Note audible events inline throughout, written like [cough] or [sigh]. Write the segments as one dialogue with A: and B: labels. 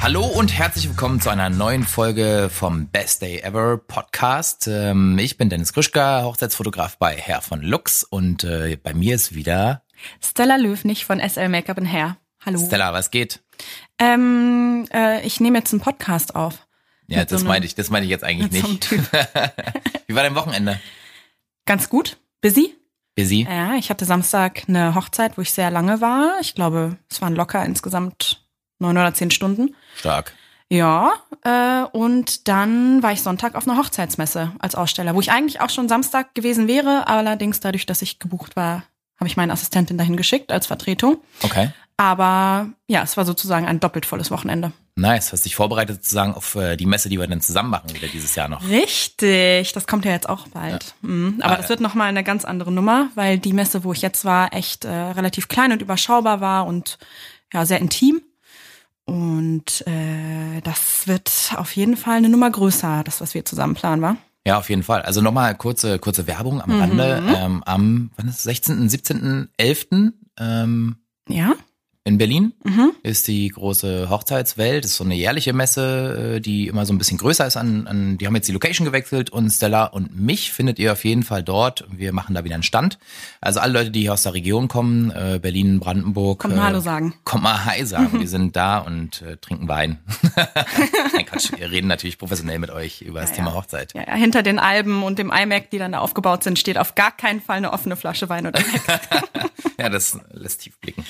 A: Hallo und herzlich willkommen zu einer neuen Folge vom Best Day Ever Podcast. Ähm, Ich bin Dennis Krischka, Hochzeitsfotograf bei Herr von Lux und äh, bei mir ist wieder
B: Stella Löwnig von SL Make-up and Hair. Hallo.
A: Stella, was geht?
B: Ähm, äh, ich nehme jetzt einen Podcast auf.
A: Ja,
B: Mit
A: das
B: so
A: meinte ich, das meinte ich jetzt eigentlich
B: mit
A: nicht.
B: so einem
A: [laughs] Wie war dein Wochenende?
B: Ganz gut. Busy?
A: Busy?
B: Ja, ich hatte Samstag eine Hochzeit, wo ich sehr lange war. Ich glaube, es waren locker insgesamt neun oder zehn Stunden.
A: Stark.
B: Ja, äh, und dann war ich Sonntag auf einer Hochzeitsmesse als Aussteller, wo ich eigentlich auch schon Samstag gewesen wäre. Allerdings dadurch, dass ich gebucht war, habe ich meine Assistentin dahin geschickt als Vertretung.
A: Okay.
B: Aber ja, es war sozusagen ein doppelt volles Wochenende.
A: Nice. Hast dich vorbereitet sozusagen auf äh, die Messe, die wir dann zusammen machen wieder dieses Jahr noch.
B: Richtig, das kommt ja jetzt auch bald. Mhm. Aber
A: Ah, ja.
B: das wird nochmal eine ganz andere Nummer, weil die Messe, wo ich jetzt war, echt äh, relativ klein und überschaubar war und ja, sehr intim. Und äh, das wird auf jeden Fall eine Nummer größer, das, was wir zusammen planen, war.
A: Ja, auf jeden Fall. Also nochmal kurze, kurze Werbung am Rande.
B: Mhm.
A: Ähm, am, wann ist es? 16., 17., 11. Ähm,
B: Ja?
A: in Berlin
B: Mhm.
A: ist die große Hochzeitswelt. Das ist so eine jährliche Messe, äh, die immer so ein bisschen größer ist. An, an, die haben jetzt die Location gewechselt und Stella und mich findet ihr auf jeden Fall dort. Wir machen da wieder einen Stand. Also alle Leute, die hier aus der Region kommen, äh, Berlin, Brandenburg.
B: Kommt mal Hallo
A: äh,
B: sagen.
A: Kommt mal Hi
B: [laughs]
A: sagen. Wir sind da und äh, trinken Wein. [laughs] Nein, Quatsch. Wir reden natürlich professionell mit euch über das
B: Ja,
A: Thema
B: ja.
A: Hochzeit.
B: Ja, ja, hinter den Alben und dem iMac, die dann da aufgebaut sind, steht auf gar keinen Fall eine offene Flasche Wein oder Sekt.
A: Ja, das lässt tief blicken.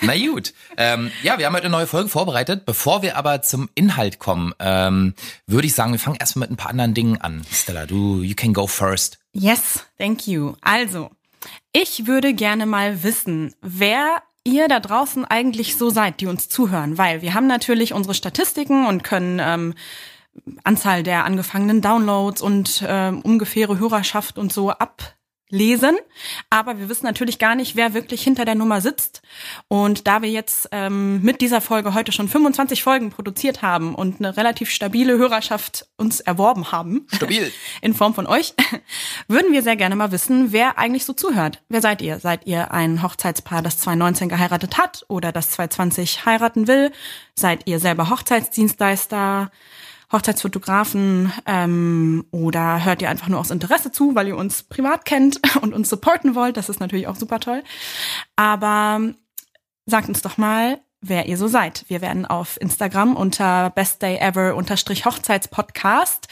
A: Na gut. Ähm, ja, wir haben heute eine neue Folge vorbereitet. Bevor wir aber zum Inhalt kommen, ähm, würde ich sagen, wir fangen erstmal mit ein paar anderen Dingen an. Stella, du, you can go first.
B: Yes, thank you. Also, ich würde gerne mal wissen, wer ihr da draußen eigentlich so seid, die uns zuhören, weil wir haben natürlich unsere Statistiken und können ähm, Anzahl der angefangenen Downloads und ähm, ungefähre Hörerschaft und so ablesen. Aber wir wissen natürlich gar nicht, wer wirklich hinter der Nummer sitzt. Und da wir jetzt ähm, mit dieser Folge heute schon 25 Folgen produziert haben und eine relativ stabile Hörerschaft uns erworben haben,
A: Stabil.
B: in Form von euch, [laughs] würden wir sehr gerne mal wissen, wer eigentlich so zuhört. Wer seid ihr? Seid ihr ein Hochzeitspaar, das 2019 geheiratet hat oder das 2020 heiraten will? Seid ihr selber Hochzeitsdienstleister, Hochzeitsfotografen ähm, oder hört ihr einfach nur aus Interesse zu, weil ihr uns privat kennt [laughs] und uns supporten wollt? Das ist natürlich auch super toll. Aber sagt uns doch mal, wer ihr so seid. Wir werden auf Instagram unter bestdayever-hochzeitspodcast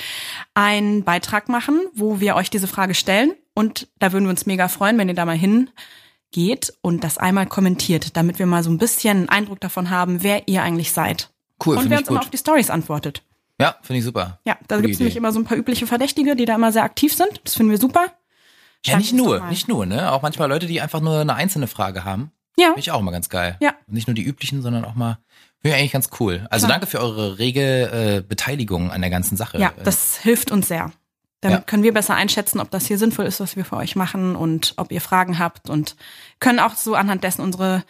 B: einen Beitrag machen, wo wir euch diese Frage stellen. Und da würden wir uns mega freuen, wenn ihr da mal hingeht und das einmal kommentiert, damit wir mal so ein bisschen einen Eindruck davon haben, wer ihr eigentlich seid.
A: Cool,
B: und
A: finde
B: wer
A: ich
B: uns immer auf
A: gut.
B: die Stories antwortet.
A: Ja, finde ich super.
B: Ja, da
A: Gute
B: gibt es nämlich
A: Idee.
B: immer so ein paar übliche Verdächtige, die da immer sehr aktiv sind. Das finden wir super.
A: Ja, nicht
B: Schreibt uns doch
A: nur,
B: mal.
A: nicht nur, ne? Auch manchmal Leute, die einfach nur eine einzelne Frage haben.
B: Ja,
A: Finde ich auch immer ganz geil.
B: Ja.
A: Und nicht nur die üblichen, sondern auch mal, finde ich eigentlich ganz cool. Also
B: Klar.
A: danke für eure rege äh, Beteiligung an der ganzen Sache.
B: Ja,
A: Äh,
B: das hilft uns sehr. Damit
A: Ja.
B: können wir besser einschätzen, ob das hier sinnvoll ist, was wir für euch machen und ob ihr Fragen habt und können auch so anhand dessen unsere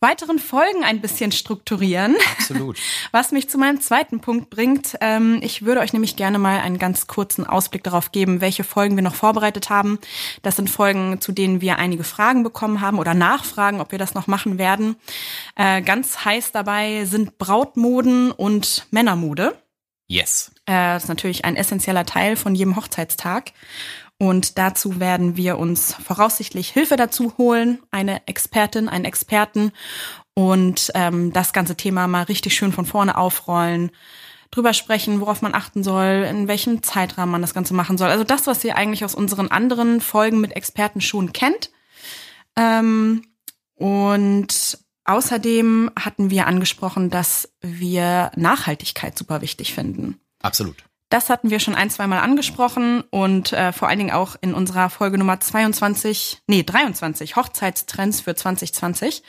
B: weiteren Folgen ein bisschen strukturieren. [laughs]
A: absolut.
B: Was mich zu meinem zweiten Punkt bringt. Ähm, ich würde euch nämlich gerne mal einen ganz kurzen Ausblick darauf geben, welche Folgen wir noch vorbereitet haben. Das sind Folgen, zu denen wir einige Fragen bekommen haben oder Nachfragen, ob wir das noch machen werden. Äh, ganz heiß dabei sind Brautmoden und Männermode.
A: Yes.
B: Äh, Das ist natürlich ein essentieller Teil von jedem Hochzeitstag. Und dazu werden wir uns voraussichtlich Hilfe dazu holen, eine Expertin, einen Experten und ähm, das ganze Thema mal richtig schön von vorne aufrollen, drüber sprechen, worauf man achten soll, in welchem Zeitrahmen man das Ganze machen soll. Also das, was ihr eigentlich aus unseren anderen Folgen mit Experten schon kennt. Ähm, und außerdem hatten wir angesprochen, dass wir Nachhaltigkeit super wichtig finden.
A: Absolut.
B: Das hatten wir schon ein, zweimal angesprochen und äh, vor allen Dingen auch in unserer Folge Nummer 22, nee, 23, Hochzeitstrends für 2020.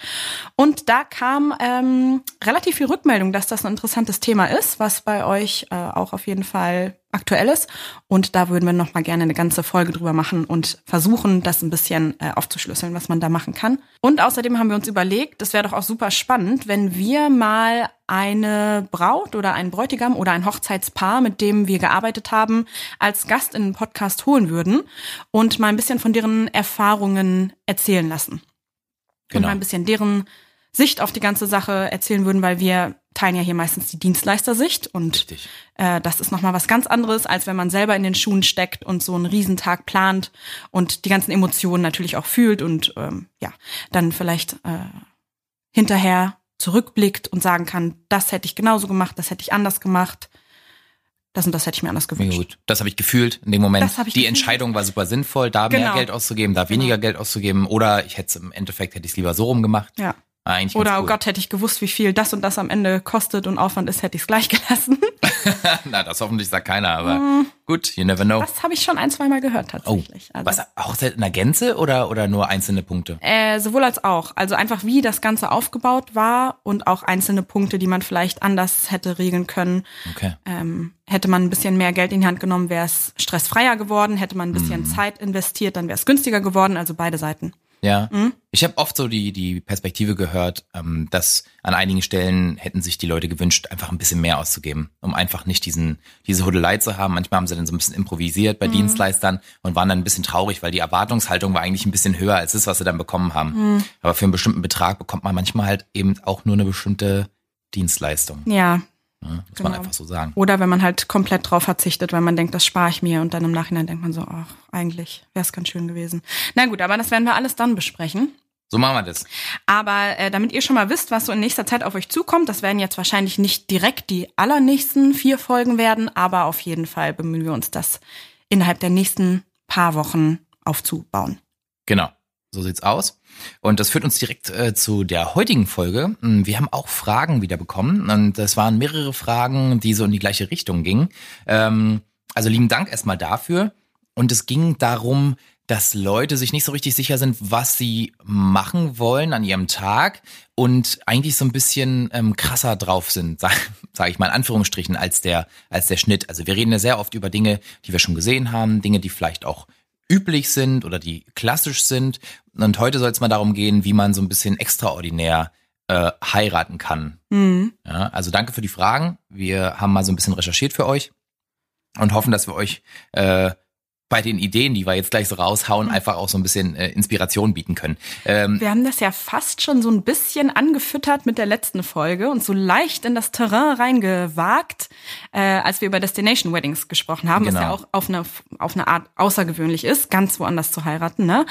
B: Und da kam ähm, relativ viel Rückmeldung, dass das ein interessantes Thema ist, was bei euch äh, auch auf jeden Fall aktuell ist. Und da würden wir nochmal gerne eine ganze Folge drüber machen und versuchen, das ein bisschen äh, aufzuschlüsseln, was man da machen kann. Und außerdem haben wir uns überlegt, es wäre doch auch super spannend, wenn wir mal eine Braut oder einen Bräutigam oder ein Hochzeitspaar, mit dem wir gearbeitet haben, als Gast in den Podcast holen würden und mal ein bisschen von deren Erfahrungen erzählen lassen
A: Genau.
B: und mal ein bisschen deren Sicht auf die ganze Sache erzählen würden, weil wir teilen ja hier meistens die Dienstleistersicht und
A: Richtig.
B: äh, das ist nochmal was ganz anderes, als wenn man selber in den Schuhen steckt und so einen Riesentag plant und die ganzen Emotionen natürlich auch fühlt und ähm, ja, dann vielleicht äh, hinterher zurückblickt und sagen kann, das hätte ich genauso gemacht, das hätte ich anders gemacht, das und das hätte ich mir anders
A: Mega
B: gewünscht.
A: gut. Das habe ich gefühlt in dem Moment.
B: Das hab ich
A: die
B: gefühlt.
A: Entscheidung war super sinnvoll, da mehr
B: Genau.
A: Geld auszugeben, da
B: Genau.
A: weniger Geld auszugeben. Oder ich hätte es im Endeffekt hätte ich es lieber so rum gemacht.
B: Ja.
A: War Eigentlich ganz
B: Oder, oh
A: cool.
B: Gott, hätte ich gewusst, wie viel das und das am Ende kostet und Aufwand ist, hätte ich es gleich [laughs] gelassen.
A: [laughs] Na, das hoffentlich sagt keiner, aber gut, you never know.
B: Hm. Das habe ich schon ein, zweimal gehört tatsächlich. Also,
A: Oh, Was, Hochzeit in der Gänze oder, oder nur einzelne Punkte?
B: Äh, sowohl als auch. Also einfach, wie das Ganze aufgebaut war und auch einzelne Punkte, die man vielleicht anders hätte regeln können.
A: Okay.
B: Ähm, hätte man ein bisschen mehr Geld in die Hand genommen, wäre es stressfreier geworden. Hätte man ein bisschen Zeit investiert, dann wäre es günstiger geworden. Also beide Seiten.
A: Ja. Ich habe oft so die, die Perspektive gehört, ähm, dass an einigen Stellen hätten sich die Leute gewünscht, einfach ein bisschen mehr auszugeben, um einfach nicht diesen, diese Hudelei zu haben. Manchmal haben sie dann so ein bisschen improvisiert bei Dienstleistern und waren dann ein bisschen traurig, weil die Erwartungshaltung war eigentlich ein bisschen höher als das, was sie dann bekommen haben. Aber für einen bestimmten Betrag bekommt man manchmal halt eben auch nur eine bestimmte Dienstleistung.
B: Ja.
A: Ne? Muss man
B: Genau.
A: einfach so sagen.
B: Oder wenn man halt komplett drauf verzichtet, weil man denkt, das spare ich mir und dann im Nachhinein denkt man so, ach, eigentlich wäre es ganz schön gewesen. Na gut, aber das werden wir alles dann besprechen.
A: So machen wir das.
B: Aber äh, damit ihr schon mal wisst, was so in nächster Zeit auf euch zukommt, das werden jetzt wahrscheinlich nicht direkt die allernächsten vier Folgen werden, aber auf jeden Fall bemühen wir uns, das innerhalb der nächsten paar Wochen aufzubauen.
A: Genau, so sieht's aus. Und das führt uns direkt äh, zu der heutigen Folge. Mm, Wir haben auch Fragen wieder bekommen und das waren mehrere Fragen, die so in die gleiche Richtung gingen. Ähm, also lieben Dank erstmal dafür. Und es ging darum, dass Leute sich nicht so richtig sicher sind, was sie machen wollen an ihrem Tag und eigentlich so ein bisschen ähm, krasser drauf sind, [laughs] sage sag ich mal in Anführungsstrichen, als der, als der Schnitt. Also wir reden ja sehr oft über Dinge, die wir schon gesehen haben, Dinge, die vielleicht auch üblich sind oder die klassisch sind. Und heute soll es mal darum gehen, wie man so ein bisschen extraordinär äh, heiraten kann.
B: Mhm.
A: Ja, also danke für die Fragen. Wir haben mal so ein bisschen recherchiert für euch und hoffen, dass wir euch äh, bei den Ideen, die wir jetzt gleich so raushauen, einfach auch so ein bisschen äh, Inspiration bieten können. Ähm,
B: Wir haben das ja fast schon so ein bisschen angefüttert mit der letzten Folge und so leicht in das Terrain reingewagt, äh, als wir über Destination Weddings gesprochen haben, was
A: Genau.
B: ja auch auf eine, auf eine Art außergewöhnlich ist, ganz woanders zu heiraten. Ne?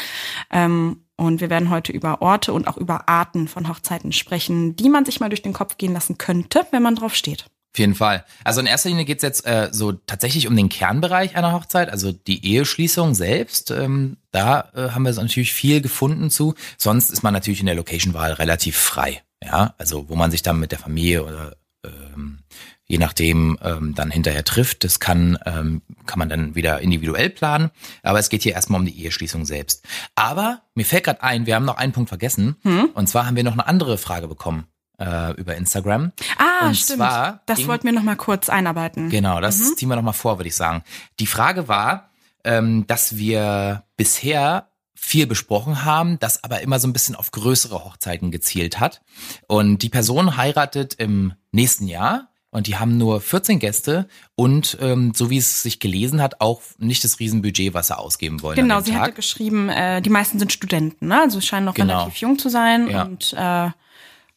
B: Ähm, und wir werden heute über Orte und auch über Arten von Hochzeiten sprechen, die man sich mal durch den Kopf gehen lassen könnte, wenn man drauf steht.
A: auf jeden Fall. Also in erster Linie geht's jetzt äh, so tatsächlich um den Kernbereich einer Hochzeit, also die Eheschließung selbst. Ähm, da äh, haben wir so natürlich viel gefunden zu. Sonst ist man natürlich in der Location-Wahl relativ frei. Ja, also wo man sich dann mit der Familie oder ähm, je nachdem ähm, dann hinterher trifft. Das kann, ähm, kann man dann wieder individuell planen. Aber es geht hier erstmal um die Eheschließung selbst. Aber mir fällt gerade ein, wir haben noch einen Punkt vergessen. Und zwar haben wir noch eine andere Frage bekommen äh, über Instagram.
B: Ah,
A: Und
B: stimmt.
A: zwar
B: das
A: ging-
B: wollten wir noch mal kurz einarbeiten.
A: Genau, das
B: Mhm.
A: ziehen wir nochmal vor, würde ich sagen. Die Frage war, ähm, dass wir bisher viel besprochen haben, das aber immer so ein bisschen auf größere Hochzeiten gezielt hat. Und die Person heiratet im nächsten Jahr und die haben nur 14 Gäste und ähm, so wie es sich gelesen hat, auch nicht das Riesenbudget, was sie ausgeben wollen.
B: Genau,
A: an dem
B: sie hatte
A: Tag.
B: geschrieben, äh, die meisten sind Studenten, ne? also scheinen noch
A: Genau.
B: relativ jung zu sein
A: Ja.
B: und äh,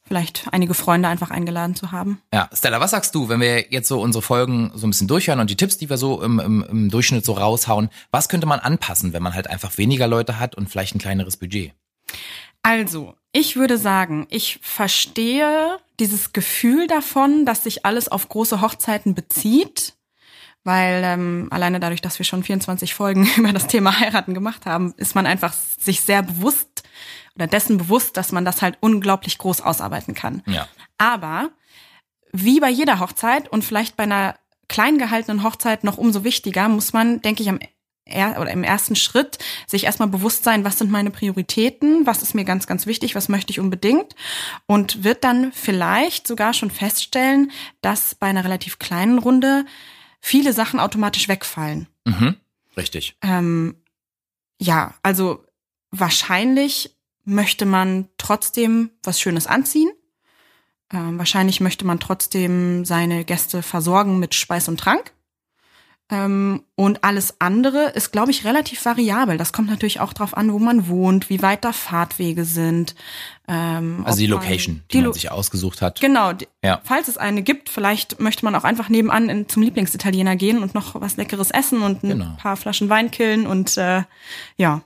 B: vielleicht einige Freunde einfach eingeladen zu haben.
A: Ja, Stella, was sagst du, wenn wir jetzt so unsere Folgen so ein bisschen durchhören und die Tipps, die wir so im, im, im Durchschnitt so raushauen, was könnte man anpassen, wenn man halt einfach weniger Leute hat und vielleicht ein kleineres Budget?
B: Also, ich würde sagen, ich verstehe dieses Gefühl davon, dass sich alles auf große Hochzeiten bezieht, weil ähm, alleine dadurch, dass wir schon 24 Folgen [laughs] über das Thema Heiraten gemacht haben, ist man einfach sich sehr bewusst oder dessen bewusst, dass man das halt unglaublich groß ausarbeiten kann.
A: Ja.
B: Aber wie bei jeder Hochzeit und vielleicht bei einer klein gehaltenen Hochzeit noch umso wichtiger, muss man, denke ich, am er oder im ersten Schritt sich erstmal bewusst sein, was sind meine Prioritäten, was ist mir ganz, ganz wichtig, was möchte ich unbedingt und wird dann vielleicht sogar schon feststellen, dass bei einer relativ kleinen Runde viele Sachen automatisch wegfallen.
A: Mhm. Richtig.
B: Ähm, ja, also wahrscheinlich möchte man trotzdem was Schönes anziehen. Ähm, wahrscheinlich möchte man trotzdem seine Gäste versorgen mit Speis und Trank. Ähm, und alles andere ist, glaube ich, relativ variabel. Das kommt natürlich auch drauf an, wo man wohnt, wie weit da Fahrtwege sind. Ähm,
A: Also die
B: ob man-
A: Location, die,
B: die
A: man
B: Lo-
A: sich ausgesucht hat.
B: Genau. die-
A: Ja.
B: Falls es eine gibt, vielleicht möchte man auch einfach nebenan in, zum Lieblingsitaliener gehen und noch was Leckeres essen und ein
A: Genau.
B: paar Flaschen Wein killen und äh, ja.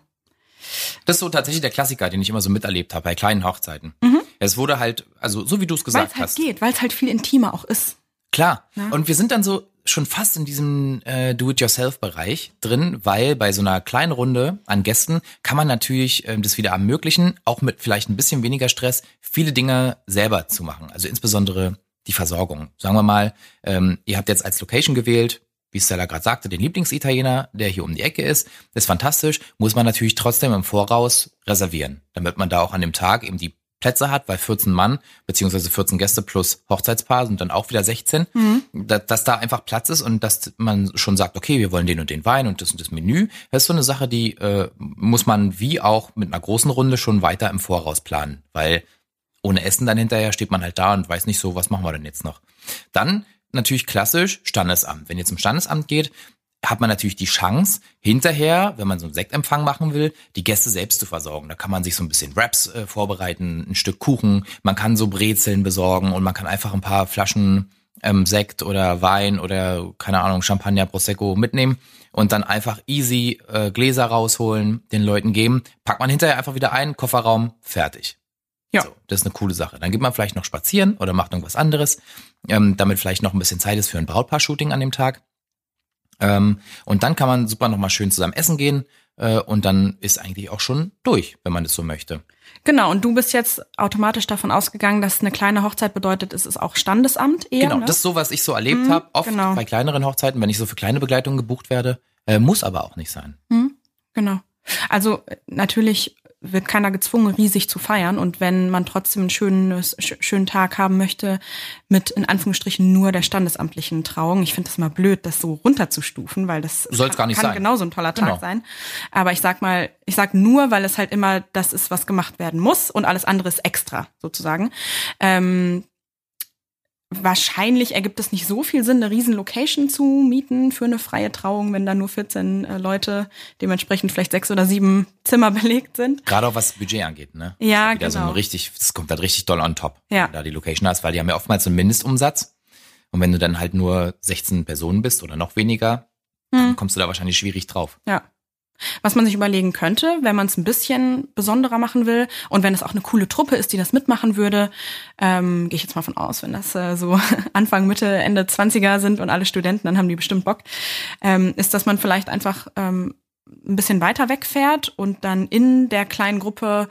A: Das ist so tatsächlich der Klassiker, den ich immer so miterlebt habe bei kleinen Hochzeiten. Es wurde halt, also so wie du es
B: Weil
A: gesagt
B: es halt
A: hast.
B: geht, weil es halt viel intimer auch ist.
A: Klar.
B: Ja.
A: Und wir sind dann so schon fast in diesem äh, Do-it-yourself-Bereich drin, weil bei so einer kleinen Runde an Gästen kann man natürlich ähm, das wieder ermöglichen, auch mit vielleicht ein bisschen weniger Stress, viele Dinge selber zu machen. Also insbesondere die Versorgung. Sagen wir mal, ähm, ihr habt jetzt als Location gewählt, wie Stella gerade sagte, den Lieblingsitaliener, der hier um die Ecke ist, ist fantastisch, muss man natürlich trotzdem im Voraus reservieren, damit man da auch an dem Tag eben die Plätze hat, weil 14 Mann beziehungsweise 14 Gäste plus Hochzeitspaar sind dann auch wieder 16, da- dass da einfach Platz ist und dass man schon sagt, okay, wir wollen den und den Wein und das und das Menü. Das ist so eine Sache, die äh, muss man wie auch mit einer großen Runde schon weiter im Voraus planen, weil ohne Essen dann hinterher steht man halt da und weiß nicht so, was machen wir denn jetzt noch. Dann natürlich klassisch Standesamt. Wenn ihr zum Standesamt geht, hat man natürlich die Chance, hinterher, wenn man so einen Sektempfang machen will, die Gäste selbst zu versorgen. Da kann man sich so ein bisschen Wraps äh, vorbereiten, ein Stück Kuchen, man kann so Brezeln besorgen und man kann einfach ein paar Flaschen ähm, Sekt oder Wein oder keine Ahnung, Champagner, Prosecco mitnehmen und dann einfach easy äh, Gläser rausholen, den Leuten geben, packt man hinterher einfach wieder ein, Kofferraum, fertig.
B: Ja.
A: So, das ist eine coole Sache. Dann geht man vielleicht noch spazieren oder macht irgendwas anderes, ähm, damit vielleicht noch ein bisschen Zeit ist für ein Brautpaar-Shooting an dem Tag. Ähm, und dann kann man super nochmal schön zusammen essen gehen äh, und dann ist eigentlich auch schon durch, wenn man das so möchte.
B: Genau, und du bist jetzt automatisch davon ausgegangen, dass eine kleine Hochzeit bedeutet, es ist auch Standesamt eher.
A: genau,
B: ne?
A: das ist so, was ich so erlebt
B: Mhm,
A: habe, oft
B: genau.
A: bei kleineren Hochzeiten, wenn ich so für kleine Begleitungen gebucht werde. Äh, muss aber auch nicht sein.
B: Genau. Also äh, natürlich wird keiner gezwungen, riesig zu feiern. Und wenn man trotzdem einen schönen, schönen Tag haben möchte, mit in Anführungsstrichen nur der standesamtlichen Trauung. Ich finde das mal blöd, das so runterzustufen, weil das
A: Soll's
B: kann,
A: gar nicht
B: kann
A: sein.
B: genauso ein toller Tag
A: Genau.
B: sein. Aber ich sag mal, ich sag nur, weil es halt immer das ist, was gemacht werden muss und alles andere ist extra, sozusagen. Ähm, wahrscheinlich ergibt es nicht so viel Sinn, eine riesen Location zu mieten für eine freie Trauung, wenn da nur 14 äh, Leute, dementsprechend vielleicht sechs oder sieben Zimmer [laughs] belegt sind.
A: Gerade auch was Budget angeht, ne?
B: Ja,
A: Wieder so ein
B: genau.
A: richtig, das kommt dann richtig doll on top,
B: Ja.
A: wenn du da die Location hast, weil die haben ja oftmals einen Mindestumsatz. Und wenn du dann halt nur 16 Personen bist oder noch weniger, dann
B: Hm,
A: kommst du da wahrscheinlich schwierig drauf.
B: ja. Was man sich überlegen könnte, wenn man es ein bisschen besonderer machen will und wenn es auch eine coole Truppe ist, die das mitmachen würde, ähm, gehe ich jetzt mal von aus, wenn das äh, so [laughs] Anfang, Mitte, Ende 20er sind und alle Studenten, dann haben die bestimmt Bock, ähm, ist, dass man vielleicht einfach ähm, ein bisschen weiter wegfährt und dann in der kleinen Gruppe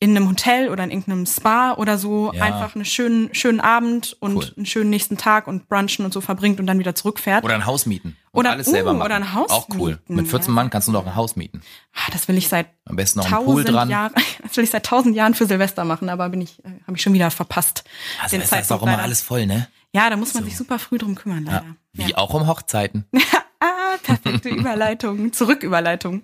B: in einem Hotel oder in irgendeinem Spa oder so
A: Ja.
B: einfach einen schönen, schönen Abend und
A: Cool.
B: einen schönen nächsten Tag und brunchen und so verbringt und dann wieder zurückfährt.
A: Oder ein Haus mieten. und
B: Oder-
A: alles selber
B: uh,
A: machen.
B: oder ein Haus
A: Auch cool.
B: mieten,
A: Mit 14
B: ja.
A: Mann kannst du noch ein Haus mieten.
B: Ah, das will ich seit
A: Am besten noch ein Pool
B: tausend
A: dran.
B: Jahre, [laughs] das will ich seit tausend Jahren für Silvester machen, aber bin ich, äh, habe ich schon wieder verpasst.
A: Also
B: den
A: ist das
B: Zeitpunkt
A: auch immer
B: leider.
A: alles voll, ne?
B: Ja, da muss man
A: So.
B: sich super früh drum kümmern,
A: Ja.
B: leider.
A: Wie auch um Hochzeiten.
B: Ah, perfekte Überleitung, [laughs] Zurücküberleitung.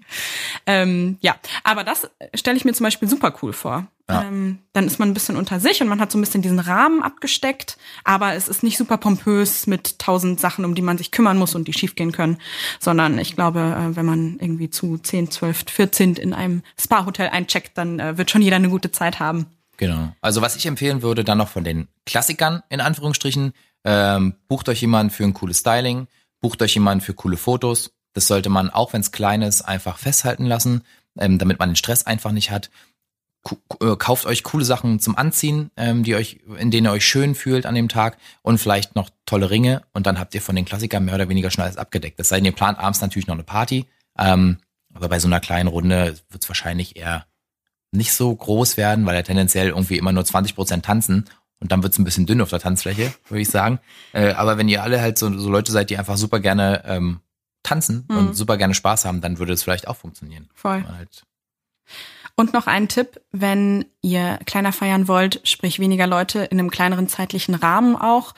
B: Ähm, ja, aber das stelle ich mir zum Beispiel super cool vor.
A: Ja.
B: Ähm, dann ist man ein bisschen unter sich und man hat so ein bisschen diesen Rahmen abgesteckt, aber es ist nicht super pompös mit tausend Sachen, um die man sich kümmern muss und die schiefgehen können, sondern ich glaube, äh, wenn man irgendwie zu 10, 12, 14 in einem Spa-Hotel eincheckt, dann äh, wird schon jeder eine gute Zeit haben.
A: Genau. Also was ich empfehlen würde, dann noch von den Klassikern in Anführungsstrichen, ähm, bucht euch jemanden für ein cooles Styling, bucht euch jemanden für coole Fotos. Das sollte man, auch wenn es klein ist, einfach festhalten lassen, ähm, damit man den Stress einfach nicht hat. Ku- ku- äh, Kauft euch coole Sachen zum Anziehen, ähm, die euch, in denen ihr euch schön fühlt an dem Tag und vielleicht noch tolle Ringe und dann habt ihr von den Klassikern mehr oder weniger schon alles abgedeckt. Das sei denn, ihr plant abends natürlich noch eine Party, ähm, aber bei so einer kleinen Runde wird es wahrscheinlich eher nicht so groß werden, weil er tendenziell irgendwie immer nur 20 Prozent tanzen und dann wird's ein bisschen dünn auf der Tanzfläche, würde ich sagen. Äh, aber wenn ihr alle halt so, so Leute seid, die einfach super gerne ähm, tanzen
B: Mhm.
A: und super gerne Spaß haben, dann würde es vielleicht auch funktionieren.
B: Voll.
A: Man Halt,
B: Und noch ein Tipp, wenn ihr kleiner feiern wollt, sprich weniger Leute in einem kleineren zeitlichen Rahmen auch,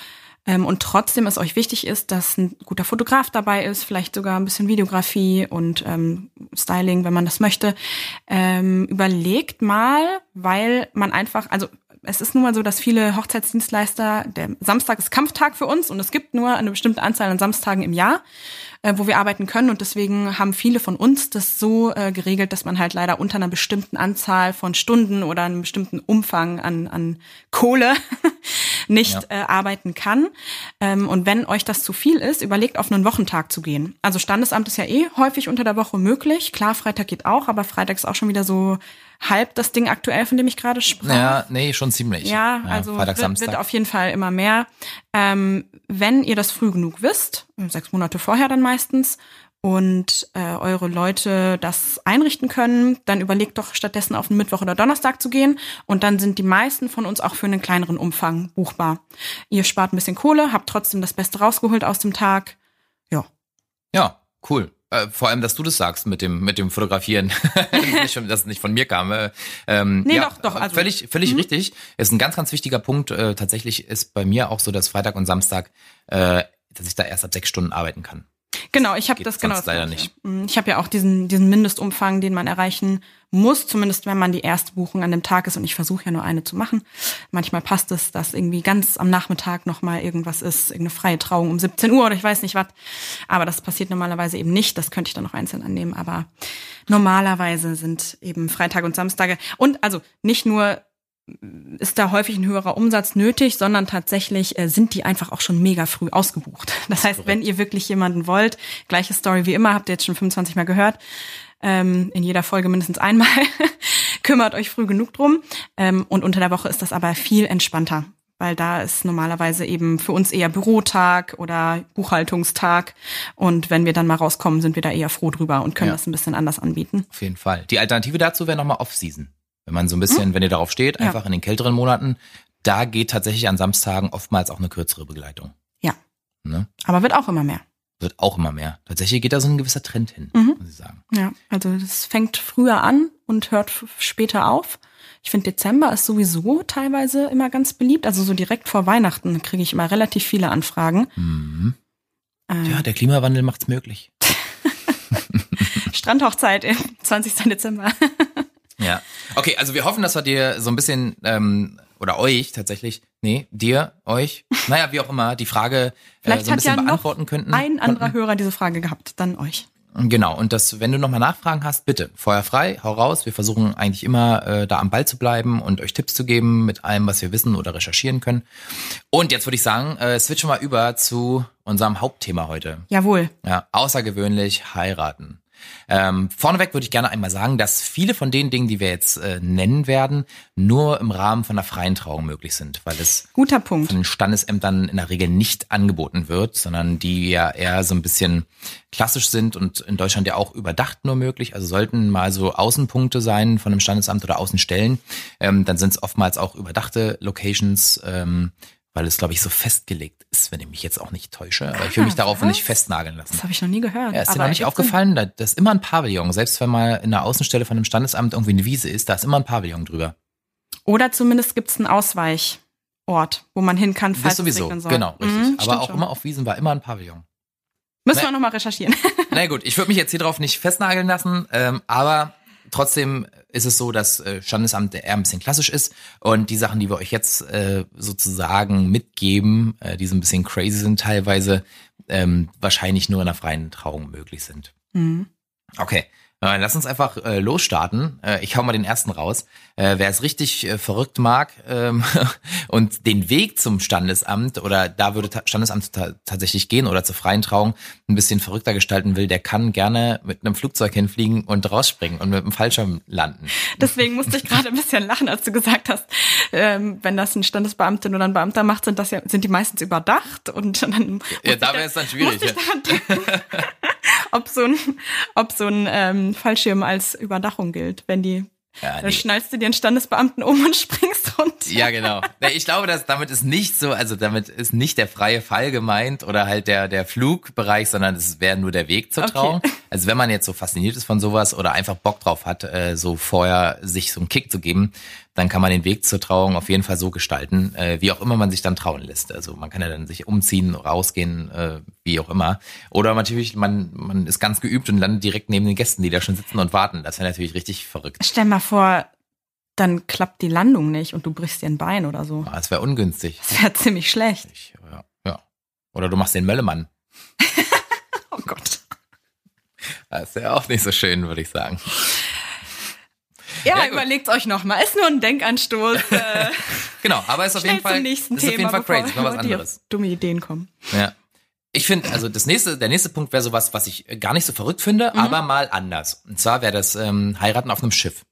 B: ähm, und trotzdem es euch wichtig ist, dass ein guter Fotograf dabei ist, vielleicht sogar ein bisschen Videografie und ähm, Styling, wenn man das möchte, ähm, überlegt mal, weil man einfach, also es ist nun mal so, dass viele Hochzeitsdienstleister, der Samstag ist Kampftag für uns und es gibt nur eine bestimmte Anzahl an Samstagen im Jahr, äh, wo wir arbeiten können und deswegen haben viele von uns das so äh, geregelt, dass man halt leider unter einer bestimmten Anzahl von Stunden oder einem bestimmten Umfang an, an Kohle [laughs] nicht
A: Ja.
B: äh, arbeiten kann. Ähm, und wenn euch das zu viel ist, überlegt, auf einen Wochentag zu gehen. Also Standesamt ist ja eh häufig unter der Woche möglich. Klar, Freitag geht auch, aber Freitag ist auch schon wieder so halb das Ding aktuell, von dem ich gerade sprach.
A: Ja, nee, schon ziemlich.
B: Ja, also
A: Freitag,
B: wird,
A: Samstag.
B: wird auf jeden Fall immer mehr. Ähm, wenn ihr das früh genug wisst, sechs Monate vorher dann meistens, und äh, eure Leute das einrichten können, dann überlegt doch stattdessen auf einen Mittwoch oder Donnerstag zu gehen. Und dann sind die meisten von uns auch für einen kleineren Umfang buchbar. Ihr spart ein bisschen Kohle, habt trotzdem das Beste rausgeholt aus dem Tag.
A: Ja, cool. Äh, vor allem, dass du das sagst mit dem mit dem Fotografieren, [laughs] Nicht schon, dass es nicht von mir kam. Äh, ähm,
B: Nee,
A: ja,
B: doch, doch, also-
A: völlig völlig richtig. Ist ein ganz ganz wichtiger Punkt. Äh, tatsächlich ist bei mir auch so, dass Freitag und Samstag, äh, dass ich da erst ab sechs Stunden arbeiten kann.
B: Genau, ich habe
A: Geht
B: das genau.
A: sonst
B: das
A: leider
B: Gleiche. Mm, Ich habe ja auch diesen, diesen Mindestumfang, den man erreichen muss, zumindest wenn man die erste Buchung an dem Tag ist. Und ich versuche ja nur eine zu machen. Manchmal passt es, dass irgendwie ganz am Nachmittag nochmal irgendwas ist, irgendeine freie Trauung um 17 Uhr oder ich weiß nicht was. Aber das passiert normalerweise eben nicht. Das könnte ich dann noch einzeln annehmen. Aber normalerweise sind eben Freitag und Samstage. Und also nicht nur ist da häufig ein höherer Umsatz nötig, sondern tatsächlich äh, sind die einfach auch schon mega früh ausgebucht. [laughs] Das heißt, wenn ihr wirklich jemanden wollt, gleiche Story wie immer, habt ihr jetzt schon 25 Mal gehört, ähm, in jeder Folge mindestens einmal, [laughs] kümmert euch früh genug drum. Ähm, und unter der Woche ist das aber viel entspannter, weil da ist normalerweise eben für uns eher Bürotag oder Buchhaltungstag. Und wenn wir dann mal rauskommen, sind wir da eher froh drüber und können
A: Ja.
B: das ein bisschen anders anbieten.
A: Auf jeden Fall. Die Alternative dazu wäre nochmal Off-Season. Wenn man so ein bisschen, wenn ihr darauf steht,
B: Mhm. Ja.
A: einfach in den kälteren Monaten, da geht tatsächlich an Samstagen oftmals auch eine kürzere Begleitung.
B: Ja.
A: Ne?
B: Aber wird auch immer mehr.
A: Wird auch immer mehr. Tatsächlich geht da so ein gewisser Trend hin,
B: Mhm.
A: muss ich sagen.
B: Ja, also das fängt früher an und hört f- später auf. Ich finde, Dezember ist sowieso teilweise immer ganz beliebt. Also so direkt vor Weihnachten kriege ich immer relativ viele Anfragen.
A: Mhm.
B: Ähm,
A: Ja, der Klimawandel macht's möglich.
B: Strandhochzeit im [laughs] 20. Dezember.
A: Ja. Okay, also wir hoffen, dass wir dir so ein bisschen ähm, oder euch tatsächlich, nee, dir, euch, naja, wie auch immer, die Frage äh,
B: Vielleicht
A: so ein
B: hat ja
A: bisschen
B: noch
A: beantworten könnten.
B: Ein anderer
A: konnten.
B: Hörer diese Frage gehabt, dann euch.
A: Genau, und das, wenn du nochmal Nachfragen hast, bitte, Feuer frei, hau raus. Wir versuchen eigentlich immer äh, da am Ball zu bleiben und euch Tipps zu geben mit allem, was wir wissen oder recherchieren können. Und jetzt würde ich sagen, äh, switchen wir über zu unserem Hauptthema heute.
B: Jawohl.
A: Ja, außergewöhnlich heiraten. Ähm, vorneweg würde ich gerne einmal sagen, dass viele von den Dingen, die wir jetzt äh, nennen werden, nur im Rahmen von einer freien Trauung möglich sind, weil es
B: Guter Punkt.
A: von den Standesämtern in der Regel nicht angeboten wird, sondern die ja eher so ein bisschen klassisch sind und in Deutschland ja auch überdacht nur möglich. Also sollten mal so Außenpunkte sein von einem Standesamt oder Außenstellen, ähm, dann sind es oftmals auch überdachte Locations, ähm, weil es, glaube ich, so festgelegt ist, wenn ich mich jetzt auch nicht täusche. Aber ich will mich
B: Ah,
A: darauf nicht
B: was?
A: festnageln lassen.
B: Das habe ich noch nie gehört.
A: Ja, ist dir
B: aber
A: noch nicht
B: ergibt Sinn.
A: aufgefallen, da, da ist immer ein Pavillon. Selbst wenn mal in der Außenstelle von einem Standesamt irgendwie eine Wiese ist, da ist immer ein Pavillon drüber.
B: Oder zumindest gibt's einen Ausweichort, wo man hin kann,
A: Das
B: falls es
A: sowieso,
B: regnen soll.
A: genau, richtig.
B: Mhm, stimmt
A: Aber auch
B: schon.
A: immer auf Wiesen war immer ein Pavillon.
B: Müssen wir
A: Ne-
B: nochmal recherchieren. [laughs]
A: Na gut, ich würde mich jetzt hier drauf nicht festnageln lassen, ähm, aber trotzdem ist es so, dass äh, Standesamt eher ein bisschen klassisch ist und die Sachen, die wir euch jetzt äh, sozusagen mitgeben, äh, die so ein bisschen crazy sind teilweise, ähm, wahrscheinlich nur in einer freien Trauung möglich sind.
B: Mhm.
A: Okay. Äh, Lass uns einfach äh, losstarten. Äh, ich hau mal den ersten raus. Äh, wer es richtig äh, verrückt mag ähm, [laughs] und den Weg zum Standesamt oder da würde ta Standesamt ta tatsächlich gehen oder zur freien Trauung ein bisschen verrückter gestalten will, der kann gerne mit einem Flugzeug hinfliegen und rausspringen und mit einem Fallschirm landen.
B: [laughs] Deswegen musste ich gerade ein bisschen lachen, als du gesagt hast, ähm, wenn das ein Standesbeamtin oder ein Beamter macht, sind das ja, sind die meistens überdacht und dann
A: Ja,
B: musste
A: da
B: ich
A: wäre es dann schwierig.
B: musste ich daran denken, [laughs] ob so ein, ob so ein ähm, Fallschirm als Überdachung gilt, wenn die
A: Ja,
B: dann
A: nee.
B: schnallst du dir einen Standesbeamten um und [laughs] springst runter.
A: [laughs] Ja, genau. Nee, Ich glaube, dass damit ist nicht so, also damit ist nicht der freie Fall gemeint oder halt der, der Flugbereich, sondern es wäre nur der Weg zur
B: Okay.
A: Trauung. Also wenn man jetzt so fasziniert ist von sowas oder einfach Bock drauf hat, äh, so vorher sich so einen Kick zu geben, dann kann man den Weg zur Trauung auf jeden Fall so gestalten, äh, wie auch immer man sich dann trauen lässt. Also man kann ja dann sich umziehen, rausgehen, äh, wie auch immer. Oder natürlich, man, man ist ganz geübt und landet direkt neben den Gästen, die da schon sitzen und warten. Das wäre natürlich richtig verrückt.
B: Stell mal vor, dann klappt die Landung nicht und du brichst dir ein Bein oder so.
A: Ah, Das wäre ungünstig.
B: Das wäre ziemlich schlecht.
A: Ich, ja, ja. Oder du machst den Möllemann.
B: Oh Gott.
A: Das ist ja auch nicht so schön, würde ich sagen.
B: Ja,
A: Ja, gut.
B: überlegt euch nochmal. Ist nur
A: [laughs]
B: ein Denkanstoß. Äh,
A: Genau, aber ist auf
B: schnell
A: jeden Fall,
B: zum nächsten
A: ist
B: Thema,
A: auf jeden Fall
B: bevor
A: crazy, ist mal was
B: die auf
A: anderes.
B: dumme Ideen kommen.
A: Ja. Ich finde, also das nächste, der nächste Punkt wäre sowas, was ich gar nicht so verrückt finde,
B: Mhm.
A: aber mal anders. Und zwar wäre das ähm, Heiraten auf einem Schiff.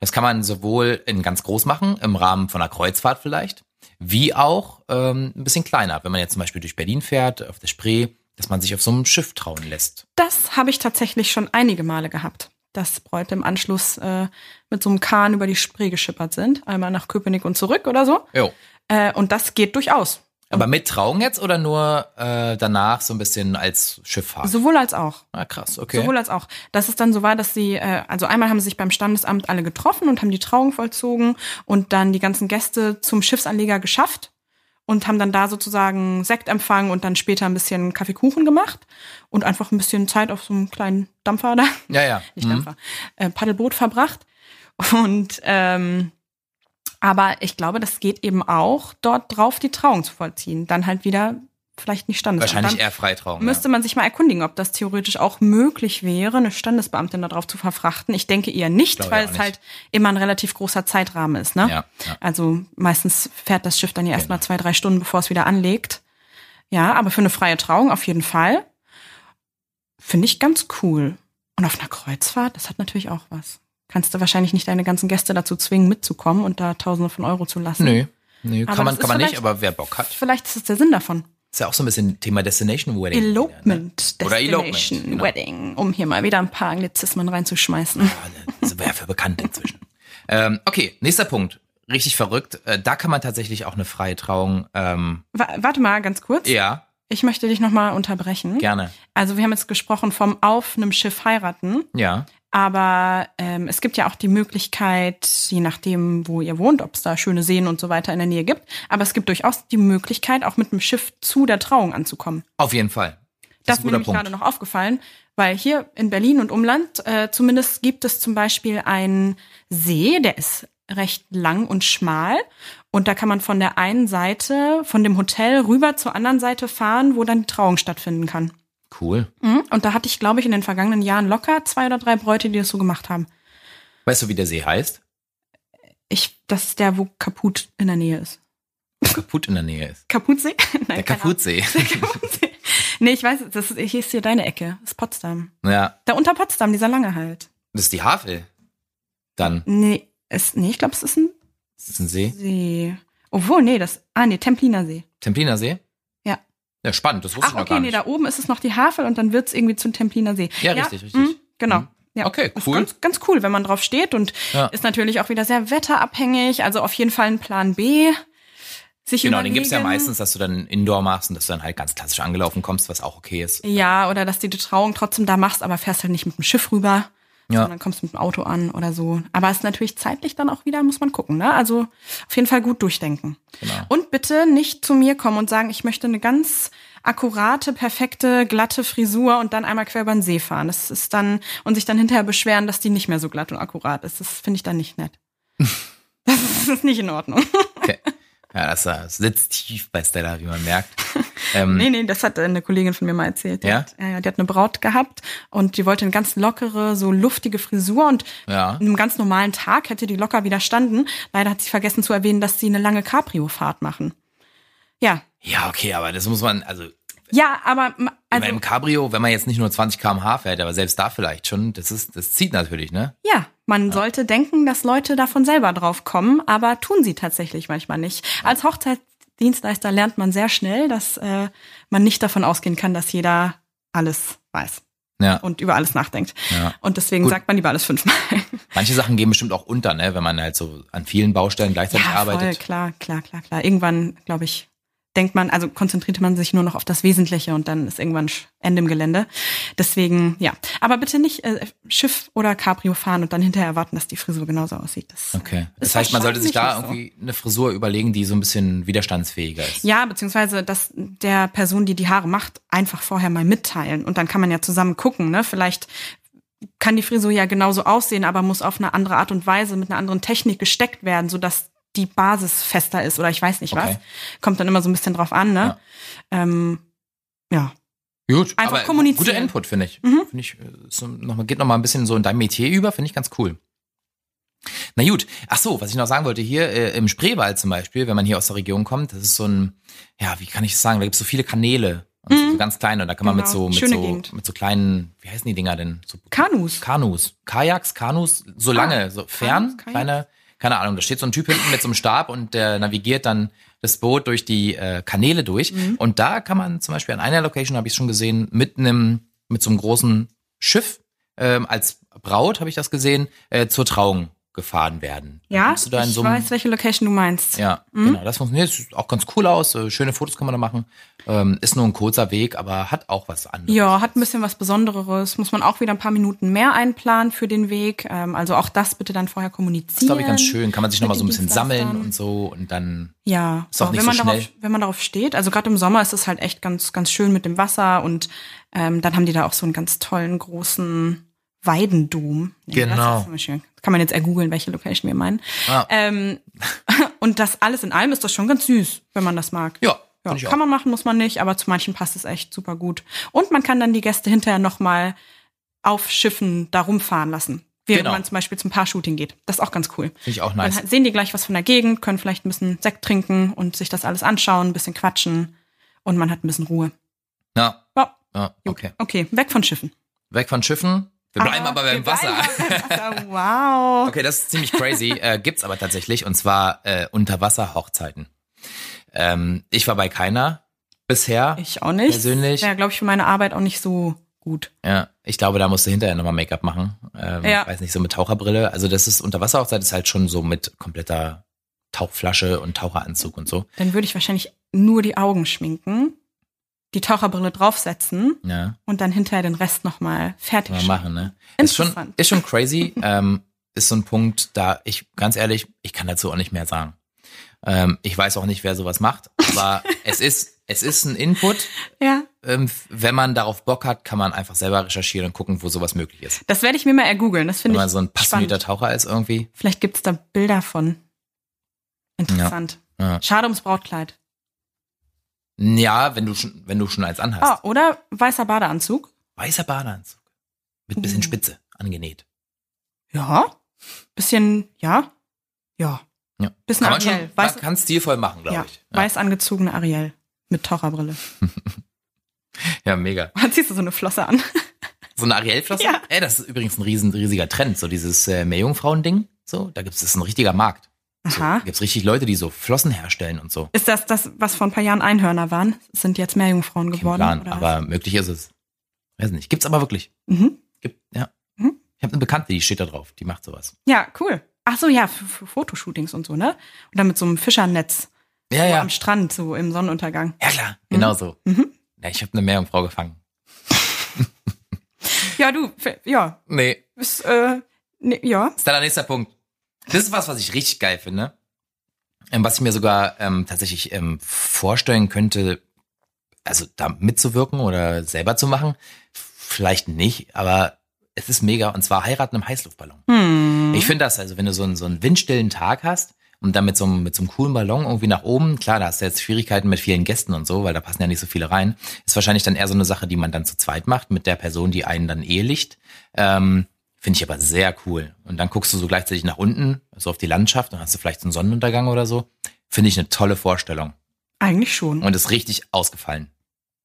A: Das kann man sowohl in ganz groß machen, im Rahmen von einer Kreuzfahrt vielleicht, wie auch ähm, ein bisschen kleiner, wenn man jetzt zum Beispiel durch Berlin fährt, auf der Spree, dass man sich auf so einem Schiff trauen lässt.
B: Das habe ich tatsächlich schon einige Male gehabt, dass Bräute im Anschluss äh, mit so einem Kahn über die Spree geschippert sind. Einmal nach Köpenick und zurück oder so.
A: Jo.
B: Äh, und das geht durchaus.
A: Aber mit Trauung jetzt oder nur äh, danach so ein bisschen als Schifffahrt?
B: Sowohl als auch.
A: ah, krass, okay.
B: Sowohl als auch. Das ist dann so war, dass sie, äh, also einmal haben sie sich beim Standesamt alle getroffen und haben die Trauung vollzogen und dann die ganzen Gäste zum Schiffsanleger geschafft und haben dann da sozusagen Sektempfang und dann später ein bisschen Kaffeekuchen gemacht und einfach ein bisschen Zeit auf so einem kleinen Dampfer da,
A: ja, ja.
B: nicht
A: Mhm.
B: Dampfer, äh, Paddelboot verbracht. [laughs] Und ähm, aber ich glaube, das geht eben auch, dort drauf die Trauung zu vollziehen. Dann halt wieder vielleicht nicht Standesamt.
A: Wahrscheinlich
B: Dann-
A: eher Freitrauung.
B: Müsste man sich mal erkundigen, ob das theoretisch auch möglich wäre, eine Standesbeamtin darauf zu verfrachten. Ich denke eher nicht,
A: Glaube ich
B: weil
A: auch
B: es
A: nicht.
B: halt immer ein relativ großer Zeitrahmen ist. Ne?
A: ja. Ja, ja.
B: Also meistens fährt das Schiff dann ja
A: Genau.
B: erstmal zwei, drei Stunden, bevor es wieder anlegt. Ja, aber für eine freie Trauung auf jeden Fall. Finde ich ganz cool. Und auf einer Kreuzfahrt, das hat natürlich auch was. Kannst du wahrscheinlich nicht deine ganzen Gäste dazu zwingen, mitzukommen und da Tausende von Euro zu lassen.
A: Nö. Nö,
B: Aber
A: kann man, kann
B: das ist
A: man nicht,
B: vielleicht-
A: aber wer Bock hat.
B: Vielleicht ist es der Sinn davon.
A: Ist ja auch so ein bisschen Thema Destination Wedding.
B: Elopement
A: ne. Oder Elopement,
B: Destination
A: genau.
B: Wedding, um hier mal wieder ein paar
A: [laughs]
B: Anglizismen reinzuschmeißen.
A: Das wäre für bekannt inzwischen. [laughs] ähm, okay, nächster Punkt. Richtig verrückt. Äh, da kann man tatsächlich auch eine freie Trauung. Ähm,
B: Wa- Warte mal ganz kurz.
A: ja,
B: Ich möchte dich nochmal unterbrechen.
A: gerne.
B: Also wir haben jetzt gesprochen vom auf einem Schiff heiraten,
A: Ja.
B: aber ähm, es gibt ja auch die Möglichkeit, je nachdem, wo ihr wohnt, ob es da schöne Seen und so weiter in der Nähe gibt, aber es gibt durchaus die Möglichkeit, auch mit einem Schiff zu der Trauung anzukommen.
A: Auf jeden Fall.
B: Das, ist mir nämlich gerade noch aufgefallen, weil hier in Berlin und Umland äh, zumindest gibt es zum Beispiel einen See, der ist recht lang und schmal. Und da kann man von der einen Seite, von dem Hotel rüber zur anderen Seite fahren, wo dann die Trauung stattfinden kann.
A: Cool.
B: Mhm. Und da hatte ich, glaube ich, in den vergangenen Jahren locker zwei oder drei Bräute, die das so gemacht haben.
A: Weißt du, wie der See heißt?
B: Ich, das ist der, wo Kaput in der Nähe ist.
A: Kaput in der Nähe ist.
B: Kaputsee? [laughs] Nein,
A: Der
B: Äh, keine Ahnung.
A: Kaputsee. [laughs]
B: Der Kaputsee. Nee, ich weiß, das ist, hier ist hier deine Ecke. Das ist Potsdam.
A: ja,
B: Da unter Potsdam, dieser lange halt.
A: das ist die Havel. Dann.
B: Nee, es, nee ich glaube, es ist ein
A: Ist das ein See?
B: See. Obwohl, nee, das. Ah, nee, Templiner See.
A: Templiner See?
B: Ja.
A: Ja, spannend. Das wusste
B: Ach,
A: ich noch
B: okay,
A: gar
B: nee,
A: nicht.
B: da oben ist es noch die Havel und dann wird's irgendwie zum Templiner See.
A: Ja, richtig, richtig.
B: mm, genau.
A: Mhm.
B: Ja.
A: Okay,
B: Ist
A: cool.
B: Ganz, ganz cool, wenn man drauf steht und
A: Ja.
B: ist natürlich auch wieder sehr wetterabhängig, also auf jeden Fall ein Plan B. Sich
A: Genau,
B: überlegen.
A: den gibt's ja meistens, dass du dann Indoor machst und dass du dann halt ganz klassisch angelaufen kommst, was auch okay ist.
B: Ja, oder dass du die Trauung trotzdem da machst, aber fährst halt nicht mit dem Schiff rüber,
A: Ja.
B: sondern kommst mit dem Auto an oder so. Aber es ist natürlich zeitlich dann auch wieder, muss man gucken, ne? Also auf jeden Fall gut durchdenken.
A: Genau.
B: Und bitte nicht zu mir kommen und sagen, ich möchte eine ganz akkurate, perfekte, glatte Frisur und dann einmal quer über den See fahren. Das ist dann, und sich dann hinterher beschweren, dass die nicht mehr so glatt und akkurat ist. Das finde ich dann
A: [laughs]
B: nicht nett. Das ist, das ist nicht in Ordnung.
A: Okay. Ja, das, äh, sitzt tief bei Stella, wie man merkt. Ähm,
B: Nee, nee, das hat äh, eine Kollegin von mir mal erzählt. Die
A: Ja?
B: Hat, ja, ja, die hat eine Braut gehabt und die wollte eine ganz lockere, so luftige Frisur und
A: Ja.
B: an einem ganz normalen Tag hätte die locker widerstanden. Leider hat sie vergessen zu erwähnen, dass sie eine lange Cabrio-Fahrt machen. Ja.
A: Ja, okay, aber das muss man, also,
B: Ja, aber m-
A: also
B: also,
A: im Cabrio, wenn man jetzt nicht nur 20 km/h fährt, aber selbst da vielleicht schon, das ist, das zieht natürlich, ne?
B: ja, man sollte denken, dass Leute davon selber drauf kommen, aber tun sie tatsächlich manchmal nicht. Als Hochzeitsdienstleister lernt man sehr schnell, dass äh, man nicht davon ausgehen kann, dass jeder alles weiß
A: Ja.
B: und über alles nachdenkt.
A: Ja.
B: Und deswegen
A: Gut.
B: sagt man lieber
A: [laughs]
B: alles fünfmal.
A: Manche Sachen gehen bestimmt auch unter, ne? Wenn man halt so an vielen Baustellen gleichzeitig arbeitet.
B: Voll, klar, klar, klar, klar. Irgendwann, glaube ich, denkt man, also konzentriert man sich nur noch auf das Wesentliche und dann ist irgendwann Sch- Ende im Gelände. Deswegen, ja. Aber bitte nicht äh, Schiff oder Cabrio fahren und dann hinterher erwarten, dass die Frisur genauso aussieht. Das,
A: Okay. Das
B: Ist
A: heißt, man sollte sich da
B: wahrscheinlich nicht
A: irgendwie eine Frisur überlegen, die so ein bisschen widerstandsfähiger ist.
B: Ja, beziehungsweise, dass der Person, die die Haare macht, einfach vorher mal mitteilen. Und dann kann man ja zusammen gucken, ne? Vielleicht kann die Frisur ja genauso aussehen, aber muss auf eine andere Art und Weise mit einer anderen Technik gesteckt werden, sodass die Basis fester ist oder ich weiß nicht
A: Okay.
B: was. Kommt dann immer so ein bisschen drauf an, ne? Ja. Ähm, ja.
A: Gut,
B: Einfach
A: aber
B: kommunizieren.
A: Guter Input, finde ich.
B: Mhm.
A: Finde ich, äh, so noch mal, geht noch mal ein bisschen so in dein Metier über, finde ich ganz cool. Na gut, ach so, was ich noch sagen wollte, hier äh, im Spreewald zum Beispiel, wenn man hier aus der Region kommt, das ist so ein, ja, wie kann ich es sagen, da gibt es so viele Kanäle, und
B: Mhm.
A: so ganz kleine, und da kann man mit
B: Genau,
A: so, mit
B: schöne
A: so,
B: Gegend.
A: mit so kleinen, wie heißen die Dinger denn? So
B: Kanus. Ah.
A: Kanus, Kajaks, Kanus, so lange, so fern,
B: Kanus, Kajaks.
A: keine, keine Ahnung. Da steht so ein Typ hinten mit so einem Stab und der navigiert dann das Boot durch die äh, Kanäle durch.
B: Mhm.
A: Und da kann man zum Beispiel an einer Location, habe ich schon gesehen, mit einem, mit so einem großen Schiff ähm, als Braut, habe ich das gesehen, äh, zur Trauung gefahren werden. Dann
B: ja,
A: kannst du da in
B: ich
A: so einem,
B: weiß, Mhm. welche Location du meinst.
A: ja, genau, das funktioniert, sieht auch ganz cool aus, äh, schöne Fotos kann man da machen, ähm, ist nur ein kurzer Weg, aber hat auch was anderes.
B: Ja, hat ein bisschen was Besonderes. Muss man auch wieder ein paar Minuten mehr einplanen für den Weg. Ähm, also auch das bitte dann vorher kommunizieren.
A: Das ist, glaube ich, ganz schön. Kann man sich
B: Mit
A: nochmal so ein
B: den
A: bisschen sammeln
B: Dienstleistern.
A: und so und dann
B: Ja,
A: Ist auch
B: aber
A: nicht
B: wenn, man
A: so
B: darauf,
A: schnell.
B: wenn man darauf steht, also gerade im Sommer ist es halt echt ganz, ganz schön mit dem Wasser und ähm, dann haben die da auch so einen ganz tollen großen Weidendom. Nee,
A: Genau.
B: Das ist immer schön. Kann man jetzt ergoogeln, welche Location wir meinen.
A: Ah.
B: Ähm, [laughs] und das alles in allem ist das schon ganz süß, wenn man das mag.
A: Ja,
B: Ja,
A: find ich
B: kann man machen, muss man nicht, aber zu manchen passt es echt super gut. Und man kann dann die Gäste hinterher nochmal auf Schiffen da rumfahren lassen, während
A: Genau.
B: man zum Beispiel zum Paar-Shooting geht. Das ist auch ganz cool.
A: Finde ich auch
B: Dann halt
A: nice.
B: ha- sehen die gleich was von der Gegend, können vielleicht ein bisschen Sekt trinken und sich das alles anschauen, ein bisschen quatschen und man hat ein bisschen Ruhe.
A: Ja,
B: Ja,
A: ja,
B: gut.
A: okay.
B: okay, weg von Schiffen.
A: [laughs] Weg von Schiffen. Wir bleiben aber, beim
B: Ah, wir bleiben
A: Wasser.
B: aber
A: Also,
B: beim Wasser.
A: [laughs]
B: Wow.
A: Okay, das ist ziemlich
B: [laughs]
A: crazy. äh, gibt's aber tatsächlich und zwar äh, Unterwasserhochzeiten. Ähm, ich war bei keiner bisher.
B: Ich auch nicht.
A: Persönlich?
B: Ja, glaube ich, für meine Arbeit auch nicht so gut.
A: Ja, ich glaube, da musst du hinterher nochmal Make-up machen. Ähm,
B: Ja.
A: Weiß nicht, so mit Taucherbrille. Also das ist Unterwasserhochzeit ist halt schon so mit kompletter Tauchflasche und Taucheranzug und so.
B: Dann würde ich wahrscheinlich nur die Augen schminken, die Taucherbrille draufsetzen
A: Ja.
B: und dann hinterher den Rest nochmal fertig
A: Mal
B: schminken.
A: machen, ne? Ist schon,
B: Interessant.
A: ist schon
B: [laughs]
A: crazy. ähm, ist so ein Punkt, da ich, ganz ehrlich, ich kann dazu auch nicht mehr sagen. Ähm, ich weiß auch nicht, wer sowas macht, aber
B: [laughs]
A: es ist, es ist ein Input.
B: Ja.
A: Ähm, f- wenn man darauf Bock hat, kann man einfach selber recherchieren und gucken, wo sowas möglich ist.
B: Das werde ich mir mal ergoogeln. Das
A: Wenn
B: finde
A: man
B: ich
A: so ein passionierter Taucher ist irgendwie.
B: Vielleicht gibt's da Bilder von. Interessant.
A: Ja.
B: Schade ums Brautkleid.
A: Ja, wenn du schon, wenn du schon eins
B: Ah,
A: anhast.
B: oder weißer Badeanzug.
A: Weißer Badeanzug. Mit bisschen
B: Mhm.
A: Spitze angenäht.
B: Ja. Bisschen, ja. Ja.
A: Ja.
B: Bisschen
A: Kann man
B: Ariel.
A: schon,
B: weiß,
A: man kann stilvoll machen, glaube
B: ja,
A: ich. Ja.
B: weiß angezogene Ariel. Mit [laughs] Taucherbrille.
A: ja, mega.
B: Dann ziehst du so eine Flosse an.
A: So eine Ariel-Flosse?
B: Ja.
A: Ey, das ist übrigens ein riesen, riesiger Trend, so dieses äh, Meerjungfrauen-Ding. So, da gibt es ein richtiger Markt. [laughs] So,
B: Aha.
A: Da gibt es richtig Leute, die so Flossen herstellen und so.
B: Ist das das, was vor ein paar Jahren Einhörner waren? Sind jetzt mehr Jungfrauen
A: Kein
B: geworden?
A: Plan,
B: oder was?
A: aber möglich ist es. Weiß nicht. Gibt's aber wirklich.
B: Mhm.
A: Gibt, ja.
B: Mhm.
A: Ich habe eine Bekannte, die steht da drauf, die macht sowas.
B: Ja, cool. Ach so, ja, für, für Fotoshootings und so, ne? Und dann mit so einem Fischernetz
A: Ja,
B: so
A: ja.
B: am Strand, so im Sonnenuntergang.
A: Ja, klar. Genau so.
B: Mhm.
A: Ja, ich habe eine Meerjungfrau gefangen.
B: Ja, du, f- ja,
A: Nee,
B: ist, äh, ne, ja.
A: ist dann der nächste Punkt. Das ist was, was ich richtig geil finde. Ähm, Was ich mir sogar ähm, tatsächlich ähm, vorstellen könnte, also da mitzuwirken oder selber zu machen, vielleicht nicht, aber es ist mega und zwar heiraten im Heißluftballon.
B: Hm.
A: Ich finde das, also wenn du so einen, so einen windstillen Tag hast und dann mit so, einem, mit so einem coolen Ballon irgendwie nach oben, klar, da hast du jetzt Schwierigkeiten mit vielen Gästen und so, weil da passen ja nicht so viele rein, ist wahrscheinlich dann eher so eine Sache, die man dann zu zweit macht mit der Person, die einen dann ehelicht. Ähm, finde ich aber sehr cool. Und dann guckst du so gleichzeitig nach unten, so auf die Landschaft und hast du vielleicht so einen Sonnenuntergang oder so. Finde ich eine tolle Vorstellung
B: Eigentlich schon.
A: und ist richtig ausgefallen.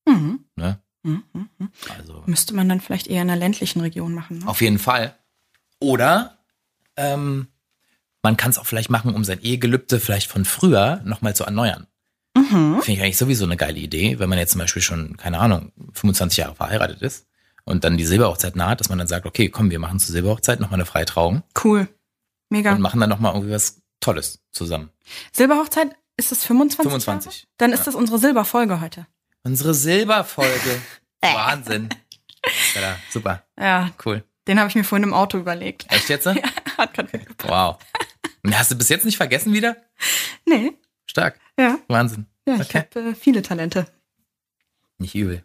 B: Mhm.
A: Ne?
B: Mhm, mhm, mhm.
A: Also
B: Müsste man dann vielleicht eher in einer ländlichen Region machen. Ne?
A: Auf jeden Fall. Oder ähm, man kann es auch vielleicht machen, um sein Ehegelübde vielleicht von früher nochmal zu erneuern.
B: Mhm.
A: Finde ich eigentlich sowieso eine geile Idee, wenn man jetzt zum Beispiel schon, keine Ahnung, 25 Jahre verheiratet ist und dann die Silberhochzeit naht, dass man dann sagt, okay, komm, wir machen zur Silberhochzeit nochmal eine freie Trauung
B: Cool. Mega.
A: und machen dann nochmal irgendwie was Tolles zusammen.
B: Silberhochzeit, ist das 25?
A: 25.
B: Jahre? Dann ist
A: Ja.
B: das unsere Silberfolge heute.
A: Unsere Silberfolge. Wahnsinn. Ja, super,
B: Ja,
A: cool.
B: den habe ich mir vorhin im Auto überlegt. [laughs]
A: Echt jetzt?
B: Hat grad ge-
A: Wow. Und Hast du bis jetzt nicht vergessen wieder?
B: Nee,
A: Stark.
B: ja.
A: Wahnsinn.
B: Ja, ich
A: Okay.
B: habe äh, viele Talente.
A: Nicht übel.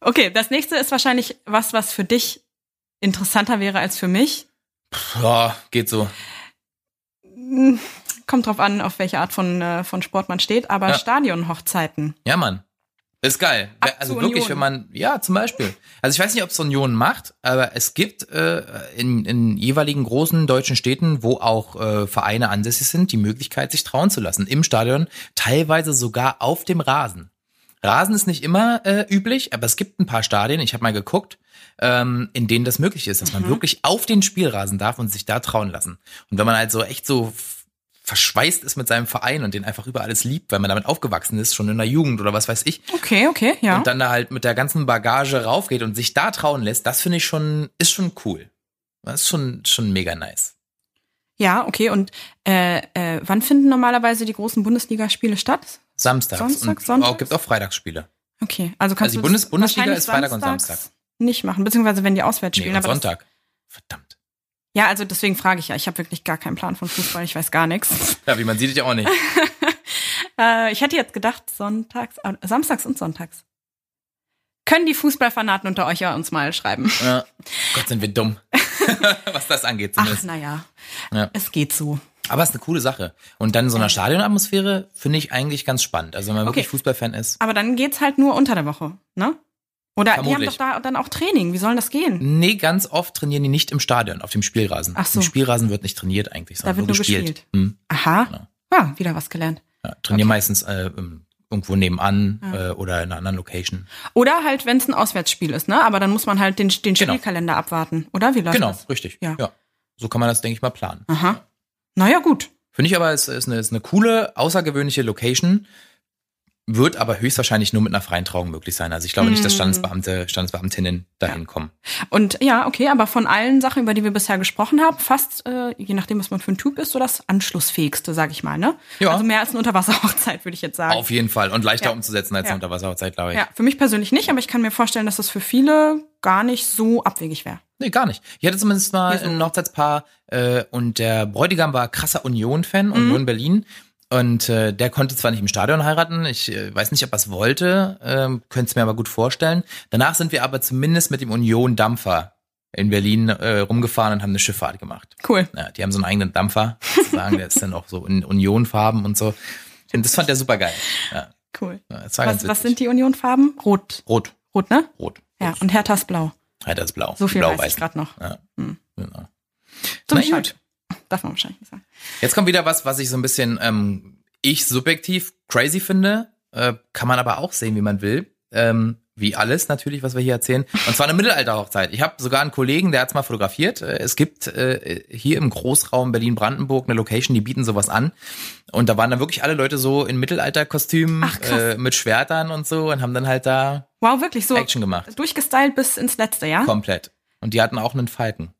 B: Okay, das nächste ist wahrscheinlich was, was für dich interessanter wäre als für mich.
A: Ja, geht so.
B: Kommt drauf an, auf welche Art von, äh, von Sport man steht, aber
A: Ja.
B: Stadionhochzeiten.
A: Ja, Mann. Ist geil.
B: Ab
A: also
B: zur
A: wirklich,
B: Union.
A: wenn man, ja, zum Beispiel. Also ich weiß nicht, ob es Union macht, aber es gibt äh, in, in jeweiligen großen deutschen Städten, wo auch äh, Vereine ansässig sind, die Möglichkeit, sich trauen zu lassen. Im Stadion, teilweise sogar auf dem Rasen. Rasen ist nicht immer äh, üblich, aber es gibt ein paar Stadien, ich habe mal geguckt, ähm, in denen das möglich ist, dass man wirklich auf den Spielrasen darf und sich da trauen lassen. Und wenn man halt so echt so f- verschweißt ist mit seinem Verein und den einfach über alles liebt, weil man damit aufgewachsen ist, schon in der Jugend oder was weiß ich,
B: Okay, okay, ja.
A: und dann da halt mit der ganzen Bagage raufgeht und sich da trauen lässt, das finde ich schon, ist schon cool. Das ist schon, schon mega nice.
B: Ja, okay. Und äh, äh, wann finden normalerweise die großen Bundesligaspiele statt?
A: Samstags.
B: Samstag,
A: und
B: sonntags?
A: Auch, gibt auch Freitagsspiele.
B: Okay, also kannst
A: Also die
B: du
A: Bundes- Bundesliga
B: wahrscheinlich
A: ist Freitag und
B: samstags
A: Samstag.
B: nicht machen, beziehungsweise wenn die auswärts
A: Nee,
B: spielen.
A: und
B: aber das-
A: Sonntag. Verdammt.
B: Ja, also deswegen frage ich ja. Ich habe wirklich gar keinen Plan von Fußball. Ich weiß gar nichts.
A: Ja, wie man sieht, ich auch
B: [laughs]
A: nicht.
B: Äh, ich hätte jetzt gedacht, sonntags, äh, samstags und sonntags. Können die Fußballfanaten unter euch ja uns mal schreiben?
A: ja. Gott, sind wir
B: [laughs]
A: dumm. Was das angeht
B: Ach,
A: zumindest.
B: naja.
A: Ja.
B: Es geht so.
A: Aber es ist eine coole Sache. Und dann in so einer Stadionatmosphäre finde ich eigentlich ganz spannend. Also wenn man wirklich
B: Okay.
A: Fußballfan ist.
B: Aber dann geht's halt nur unter der Woche, ne? Oder die haben
A: Vermutlich.
B: doch da dann auch Training. Wie soll das gehen?
A: Nee, ganz oft trainieren die nicht im Stadion, auf dem Spielrasen.
B: Ach so.
A: Im Spielrasen wird nicht trainiert eigentlich, sondern
B: wird nur
A: gespielt.
B: gespielt.
A: Hm.
B: Aha.
A: Genau.
B: Ah, wieder was gelernt.
A: Ja, trainieren meistens äh, im- irgendwo nebenan äh, oder in einer anderen Location.
B: Oder halt, wenn es ein Auswärtsspiel ist, ne? Aber dann muss man halt den, den
A: Genau.
B: Spielkalender abwarten, oder? Wie läuft
A: genau,
B: das?
A: richtig.
B: Ja.
A: So kann man das, denke ich mal, planen.
B: Aha. Naja, gut.
A: Finde ich aber, es ist eine, ist eine coole, außergewöhnliche Location. Wird aber höchstwahrscheinlich nur mit einer freien Trauung möglich sein. Also ich glaube
B: Mm.
A: nicht, dass Standesbeamte, Standesbeamtinnen dahin kommen.
B: Und ja, okay, aber von allen Sachen, über die wir bisher gesprochen haben, fast, äh, je nachdem, was man für ein Typ ist, so das Anschlussfähigste, sag ich mal, ne?
A: Ja.
B: Also mehr als eine Unterwasserhochzeit, würde ich jetzt sagen.
A: Auf jeden Fall. Und leichter
B: Ja.
A: umzusetzen als
B: Ja.
A: eine Unterwasserhochzeit, glaube ich.
B: ja, für mich persönlich nicht, aber ich kann mir vorstellen, dass das für viele gar nicht so abwegig wäre.
A: Nee, gar nicht. Ich hatte zumindest mal
B: Hier so.
A: ein Hochzeitspaar äh, und der Bräutigam war krasser Union-Fan,
B: Mhm.
A: Union Berlin. Und äh, der konnte zwar nicht im Stadion heiraten, ich äh, weiß nicht, ob er es wollte, ähm, könnte es mir aber gut vorstellen. Danach sind wir aber zumindest mit dem Union-Dampfer in Berlin äh, rumgefahren und haben eine Schifffahrt gemacht.
B: Cool.
A: Ja, die haben so einen eigenen Dampfer, sozusagen, der ist dann auch so in Union-Farben und so. Und das fand er super geil. Ja,
B: Cool.
A: das war ganz
B: Was,
A: witzig.
B: was sind die Unionfarben? Rot.
A: Rot,
B: Rot, ne?
A: rot.
B: Ja, und Herthas blau.
A: Alter ist blau.
B: So viel
A: blau,
B: weiß ich gerade noch.
A: Ja.
B: Hm.
A: Genau.
B: Zum
A: Na
B: Bescheid. Darf man wahrscheinlich nicht sagen.
A: Jetzt kommt wieder was, was ich so ein bisschen ähm, ich subjektiv crazy finde. Äh, kann man aber auch sehen, wie man will. Ähm, wie alles natürlich, was wir hier erzählen. Und zwar eine Mittelalterhochzeit. Ich habe sogar einen Kollegen, der hat's mal fotografiert. Äh, Es gibt äh, hier im Großraum Berlin-Brandenburg eine Location, die bieten sowas an. Und da waren dann wirklich alle Leute so in Mittelalterkostümen
B: Ach, krass.
A: äh, mit Schwertern und so und haben dann halt da
B: Wow, wirklich so
A: Action gemacht.
B: durchgestylt bis ins letzte, ja?
A: Komplett. Und die hatten auch einen Falken.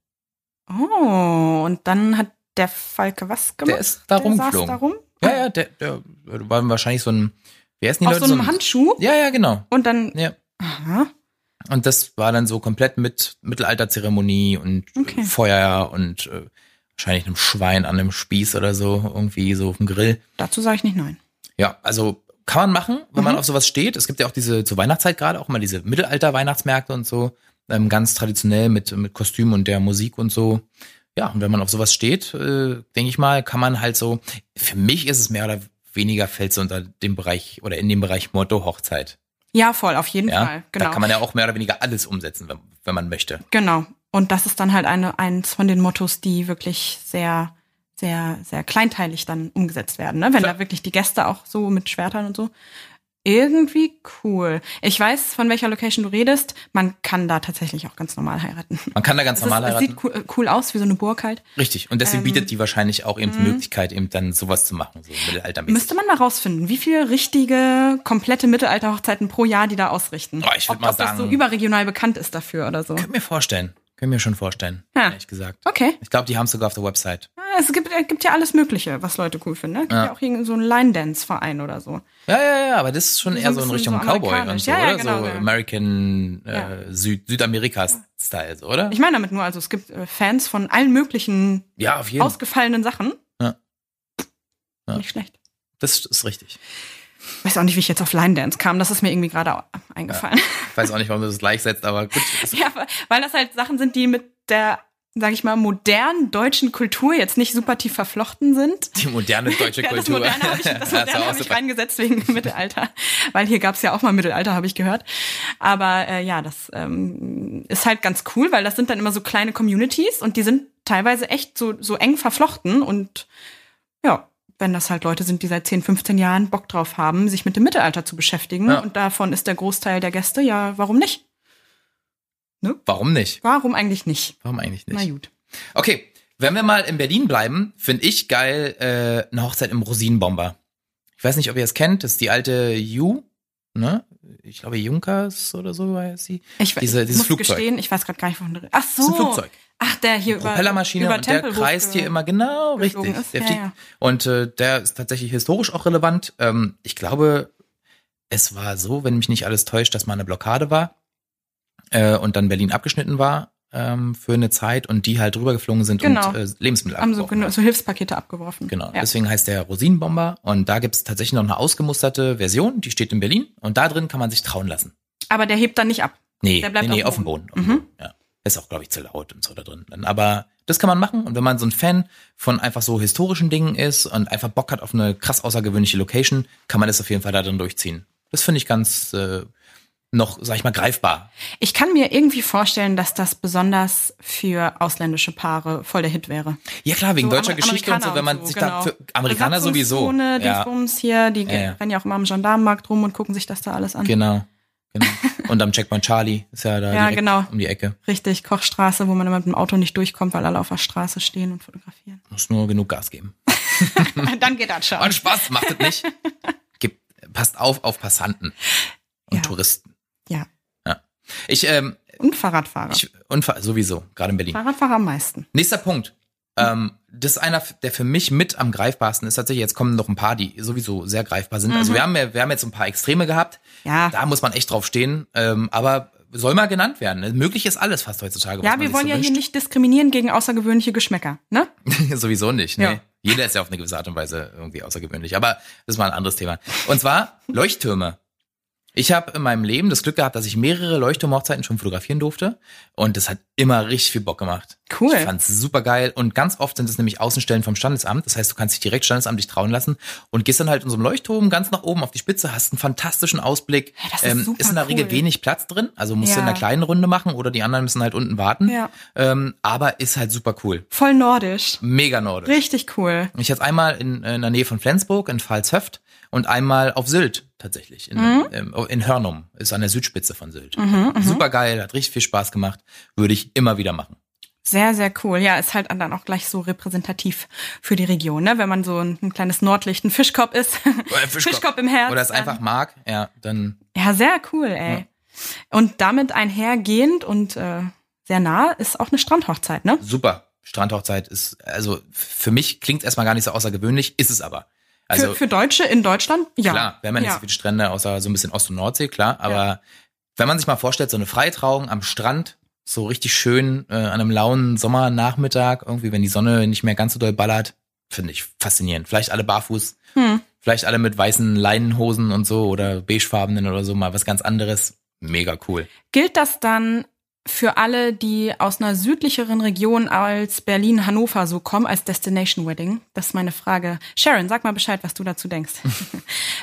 B: Oh, und dann hat der Falke was gemacht?
A: Der ist da
B: Saß
A: rumgeflogen.
B: da rum?
A: Ja, ja, der, der war wahrscheinlich so ein, wie heißen die
B: Auf
A: Leute?
B: so einem Handschuh?
A: Ja, ja, genau.
B: Und dann,
A: Ja.
B: aha,
A: Und das war dann so komplett mit Mittelalterzeremonie und äh,
B: Okay.
A: Feuer und äh, wahrscheinlich einem Schwein an einem Spieß oder so, irgendwie so auf dem Grill.
B: dazu sage ich nicht nein.
A: Ja, also kann man machen, wenn man
B: Mhm.
A: auf sowas steht. Es gibt ja auch diese zur Weihnachtszeit gerade auch mal diese Mittelalter-Weihnachtsmärkte und so, ähm, ganz traditionell mit, mit Kostüm und der Musik und so. Ja, und wenn man auf sowas steht, äh, denke ich mal, kann man halt so, für mich ist es mehr oder weniger fällt so unter dem Bereich oder in dem Bereich Motto Hochzeit.
B: Ja, voll, auf jeden
A: Ja,
B: Fall. Genau.
A: da kann man ja auch mehr oder weniger alles umsetzen, wenn, wenn man möchte.
B: genau. Und das ist dann halt eine, eins von den Mottos, die wirklich sehr, sehr, sehr kleinteilig dann umgesetzt werden, ne? Wenn
A: Klar.
B: da wirklich die Gäste auch so mit Schwertern und so. Irgendwie cool. Ich weiß, von welcher Location du redest. Man kann da tatsächlich auch ganz normal heiraten.
A: Man kann da ganz
B: Es, ist,
A: normal
B: es
A: heiraten.
B: sieht cool, cool aus, wie so eine Burg halt.
A: Richtig. Und deswegen
B: Ähm, mhm.
A: bietet die wahrscheinlich auch eben die Möglichkeit, eben dann sowas zu machen, so mittelaltermäßig.
B: Müsste man mal rausfinden, wie viele richtige, komplette Mittelalterhochzeiten pro Jahr die da ausrichten.
A: Oh, ich würd
B: Ob-
A: mal
B: ob das so
A: sagen-
B: überregional bekannt ist dafür oder so.
A: Können wir vorstellen. Können wir schon vorstellen.
B: Ja.
A: Ehrlich gesagt.
B: Okay.
A: Ich glaube, die haben es sogar auf der Website.
B: Ah, Es gibt, äh, gibt ja alles Mögliche, was Leute cool finden. Ne? Gibt ja,
A: Ja.
B: auch irgendeinen so einen Line-Dance-Verein oder so.
A: Ja, ja, ja, aber das ist schon
B: So ein
A: eher so in
B: bisschen
A: Richtung
B: so
A: Cowboy und
B: amerikanisch.
A: so,
B: Ja, ja,
A: oder?
B: genau,
A: so
B: ja.
A: American
B: Ja.
A: äh, Süd Südamerika-Style, so, oder?
B: Ich meine damit nur, also es gibt äh, Fans von allen möglichen
A: Ja, auf jeden Fall.
B: ausgefallenen Sachen.
A: Ja. Ja.
B: Nicht schlecht.
A: Das ist richtig.
B: Ich weiß auch nicht, wie ich jetzt auf Line-Dance kam. Das ist mir [laughs] irgendwie gerade au- eingefallen.
A: Ich weiß auch nicht, warum du das gleichsetzt, aber gut.
B: Ja. weil das halt Sachen sind, die mit der, sage ich mal, modernen deutschen Kultur jetzt nicht super tief verflochten sind.
A: Die
B: [laughs]
A: moderne deutsche
B: Ja, das
A: Kultur. [laughs]
B: Moderne habe ich, das
A: Ja, ist
B: Moderne
A: auch
B: hab ich
A: super.
B: reingesetzt wegen Mittelalter, weil hier gab es ja auch mal Mittelalter, habe ich gehört. Aber äh, ja, das ähm, ist halt ganz cool, weil das sind dann immer so kleine Communities und die sind teilweise echt so, so eng verflochten und ja, wenn das halt Leute sind, die seit 10, 15 Jahren Bock drauf haben, sich mit dem Mittelalter zu beschäftigen
A: Ja.
B: und davon ist der Großteil der Gäste, ja, warum nicht?
A: Warum nicht?
B: Warum eigentlich nicht?
A: Warum eigentlich
B: Na
A: nicht?
B: gut.
A: Okay, wenn wir mal in Berlin bleiben, finde ich geil äh, eine Hochzeit im Rosinenbomber. Ich weiß nicht, ob ihr es kennt, das ist die alte Ju, ne? Ich glaube Junkers oder so heißt sie.
B: Ich
A: Diese- dieses
B: muss
A: Flugzeug.
B: gestehen, Oh. ich weiß gerade gar nicht, wovon du redest. Ach
A: Das
B: so.
A: ist ein Flugzeug.
B: Ach, der hier über
A: Propellermaschine
B: über
A: und der
B: Tempelhof
A: kreist hier
B: ge-
A: immer genau
B: geflogen
A: richtig.
B: ist.
A: Der
B: Ja,
A: fliegt.
B: ja.
A: Und äh, der ist tatsächlich historisch auch relevant. Ähm, ich glaube, es war so, wenn mich nicht alles täuscht, dass mal eine Blockade war äh, und dann Berlin abgeschnitten war ähm, für eine Zeit und die halt rübergeflogen sind
B: Genau.
A: und äh, Lebensmittel
B: haben so,
A: abgebrochen
B: genau, so Hilfspakete abgeworfen.
A: Genau,
B: Ja.
A: deswegen heißt der Rosinenbomber und da gibt es tatsächlich noch eine ausgemusterte Version, die steht in Berlin und da drin kann man sich trauen lassen.
B: Aber der hebt dann nicht ab.
A: Nee,
B: Der bleibt
A: nee, nee,
B: auf
A: auf
B: dem
A: dem Boden.
B: Boden. Mhm.
A: Auf dem Boden, Ja. Ist auch, glaube ich, zu laut und so da drin. Dann, Aber das kann man machen und wenn man so ein Fan von einfach so historischen Dingen ist und einfach Bock hat auf eine krass außergewöhnliche Location, kann man das auf jeden Fall da drin durchziehen. Das finde ich ganz äh, noch, sag ich mal, greifbar.
B: Ich kann mir irgendwie vorstellen, dass das besonders für ausländische Paare voll der Hit wäre.
A: Ja klar, wegen
B: So
A: deutscher
B: Amer-
A: Geschichte und so, wenn man sich da für Amerikaner sowieso.
B: genau. Besatzungszone,
A: Ja,
B: Dingsbums hier, die
A: Ja, ja.
B: rennen ja auch immer am Gendarmenmarkt rum und gucken sich das da alles an.
A: genau.
B: [laughs]
A: genau. Und am Checkpoint Charlie ist ja da
B: Ja,
A: direkt
B: genau.
A: um die Ecke.
B: Richtig, Kochstraße, wo man immer mit dem Auto nicht durchkommt, weil alle auf der Straße stehen und fotografieren.
A: Muss nur genug Gas geben.
B: [laughs] dann geht das schon.
A: Hm. Und Spaß macht es
B: [laughs]
A: nicht. Gibt, passt auf auf Passanten und
B: Ja.
A: Touristen.
B: Ja.
A: ja. Ich, ähm,
B: Und Fahrradfahrer.
A: ich und ver- sowieso, gerade in Berlin.
B: Fahrradfahrer am meisten.
A: Nächster Punkt. Ähm, das ist einer, der für mich mit am greifbarsten ist tatsächlich. Jetzt kommen noch ein paar, die sowieso sehr greifbar sind.
B: Mhm.
A: Also wir haben, ja- wir haben jetzt ein paar Extreme gehabt.
B: Ja.
A: Da muss man echt drauf stehen. Ähm, aber soll mal genannt werden. ne? Möglich ist alles fast heutzutage.
B: ja,
A: was man
B: wir
A: sich
B: wollen
A: so
B: ja hier
A: wünscht.
B: nicht diskriminieren gegen außergewöhnliche Geschmäcker, ne?
A: [laughs] Sowieso nicht, ne?
B: Ja.
A: Jeder ist ja auf eine gewisse Art und Weise irgendwie außergewöhnlich. Aber das ist mal ein anderes Thema. Und zwar Leuchttürme. Ich habe in meinem Leben das Glück gehabt, dass ich mehrere Leuchtturmhochzeiten schon fotografieren durfte. Und das hat immer richtig viel Bock gemacht.
B: Cool.
A: Ich fand's super geil. Und ganz oft sind es nämlich Außenstellen vom Standesamt. Das heißt, du kannst dich direkt standesamtlich trauen lassen und gehst dann halt in so einem Leuchtturm ganz nach oben auf die Spitze, hast einen fantastischen Ausblick. Ähm,
B: Ja, das ist super
A: ist in der Regel
B: cool.
A: wenig Platz drin. Also musst du
B: Ja.
A: in einer kleinen Runde machen oder die anderen müssen halt unten warten.
B: Ja.
A: Ähm, aber ist halt super cool.
B: Voll nordisch.
A: Mega nordisch.
B: Richtig cool.
A: Ich jetzt einmal in, in der Nähe von Flensburg, in Pfalzhöft und einmal auf Sylt tatsächlich, in,
B: Mhm.
A: ähm, in Hörnum, ist an der Südspitze von Sylt. Super geil, hat richtig viel Spaß gemacht, würde ich immer wieder
B: [laughs]
A: machen.
B: Sehr, sehr cool. Ja, ist halt dann auch gleich so repräsentativ für die Region, ne? Wenn man so ein, ein kleines Nordlicht, ein Fischkopf ist. [laughs]
A: Oder ein
B: Fischkopf im Herzen.
A: Oder es einfach mag, ja, dann
B: Ja, sehr cool, ey. Und damit einhergehend und äh, sehr nah ist auch eine Strandhochzeit, ne?
A: super. Strandhochzeit ist, also für mich klingt erstmal gar nicht so außergewöhnlich, ist es aber. Also
B: für, für Deutsche in Deutschland? Ja.
A: klar, wir haben ja nicht so viele Strände, außer so ein bisschen Ost- und Nordsee, klar, aber wenn man sich mal vorstellt, so eine Freitrauung am Strand, so richtig schön äh, an einem lauen Sommernachmittag, irgendwie, wenn die Sonne nicht mehr ganz so doll ballert, finde ich faszinierend. Vielleicht alle barfuß,
B: Hm.
A: vielleicht alle mit weißen Leinenhosen und so oder beigefarbenen oder so, mal was ganz anderes. Mega cool.
B: Gilt das dann für alle, die aus einer südlicheren Region als Berlin, Hannover so kommen, als Destination Wedding? Das ist meine Frage. Sharon, sag mal Bescheid, was du
A: [laughs]
B: dazu denkst.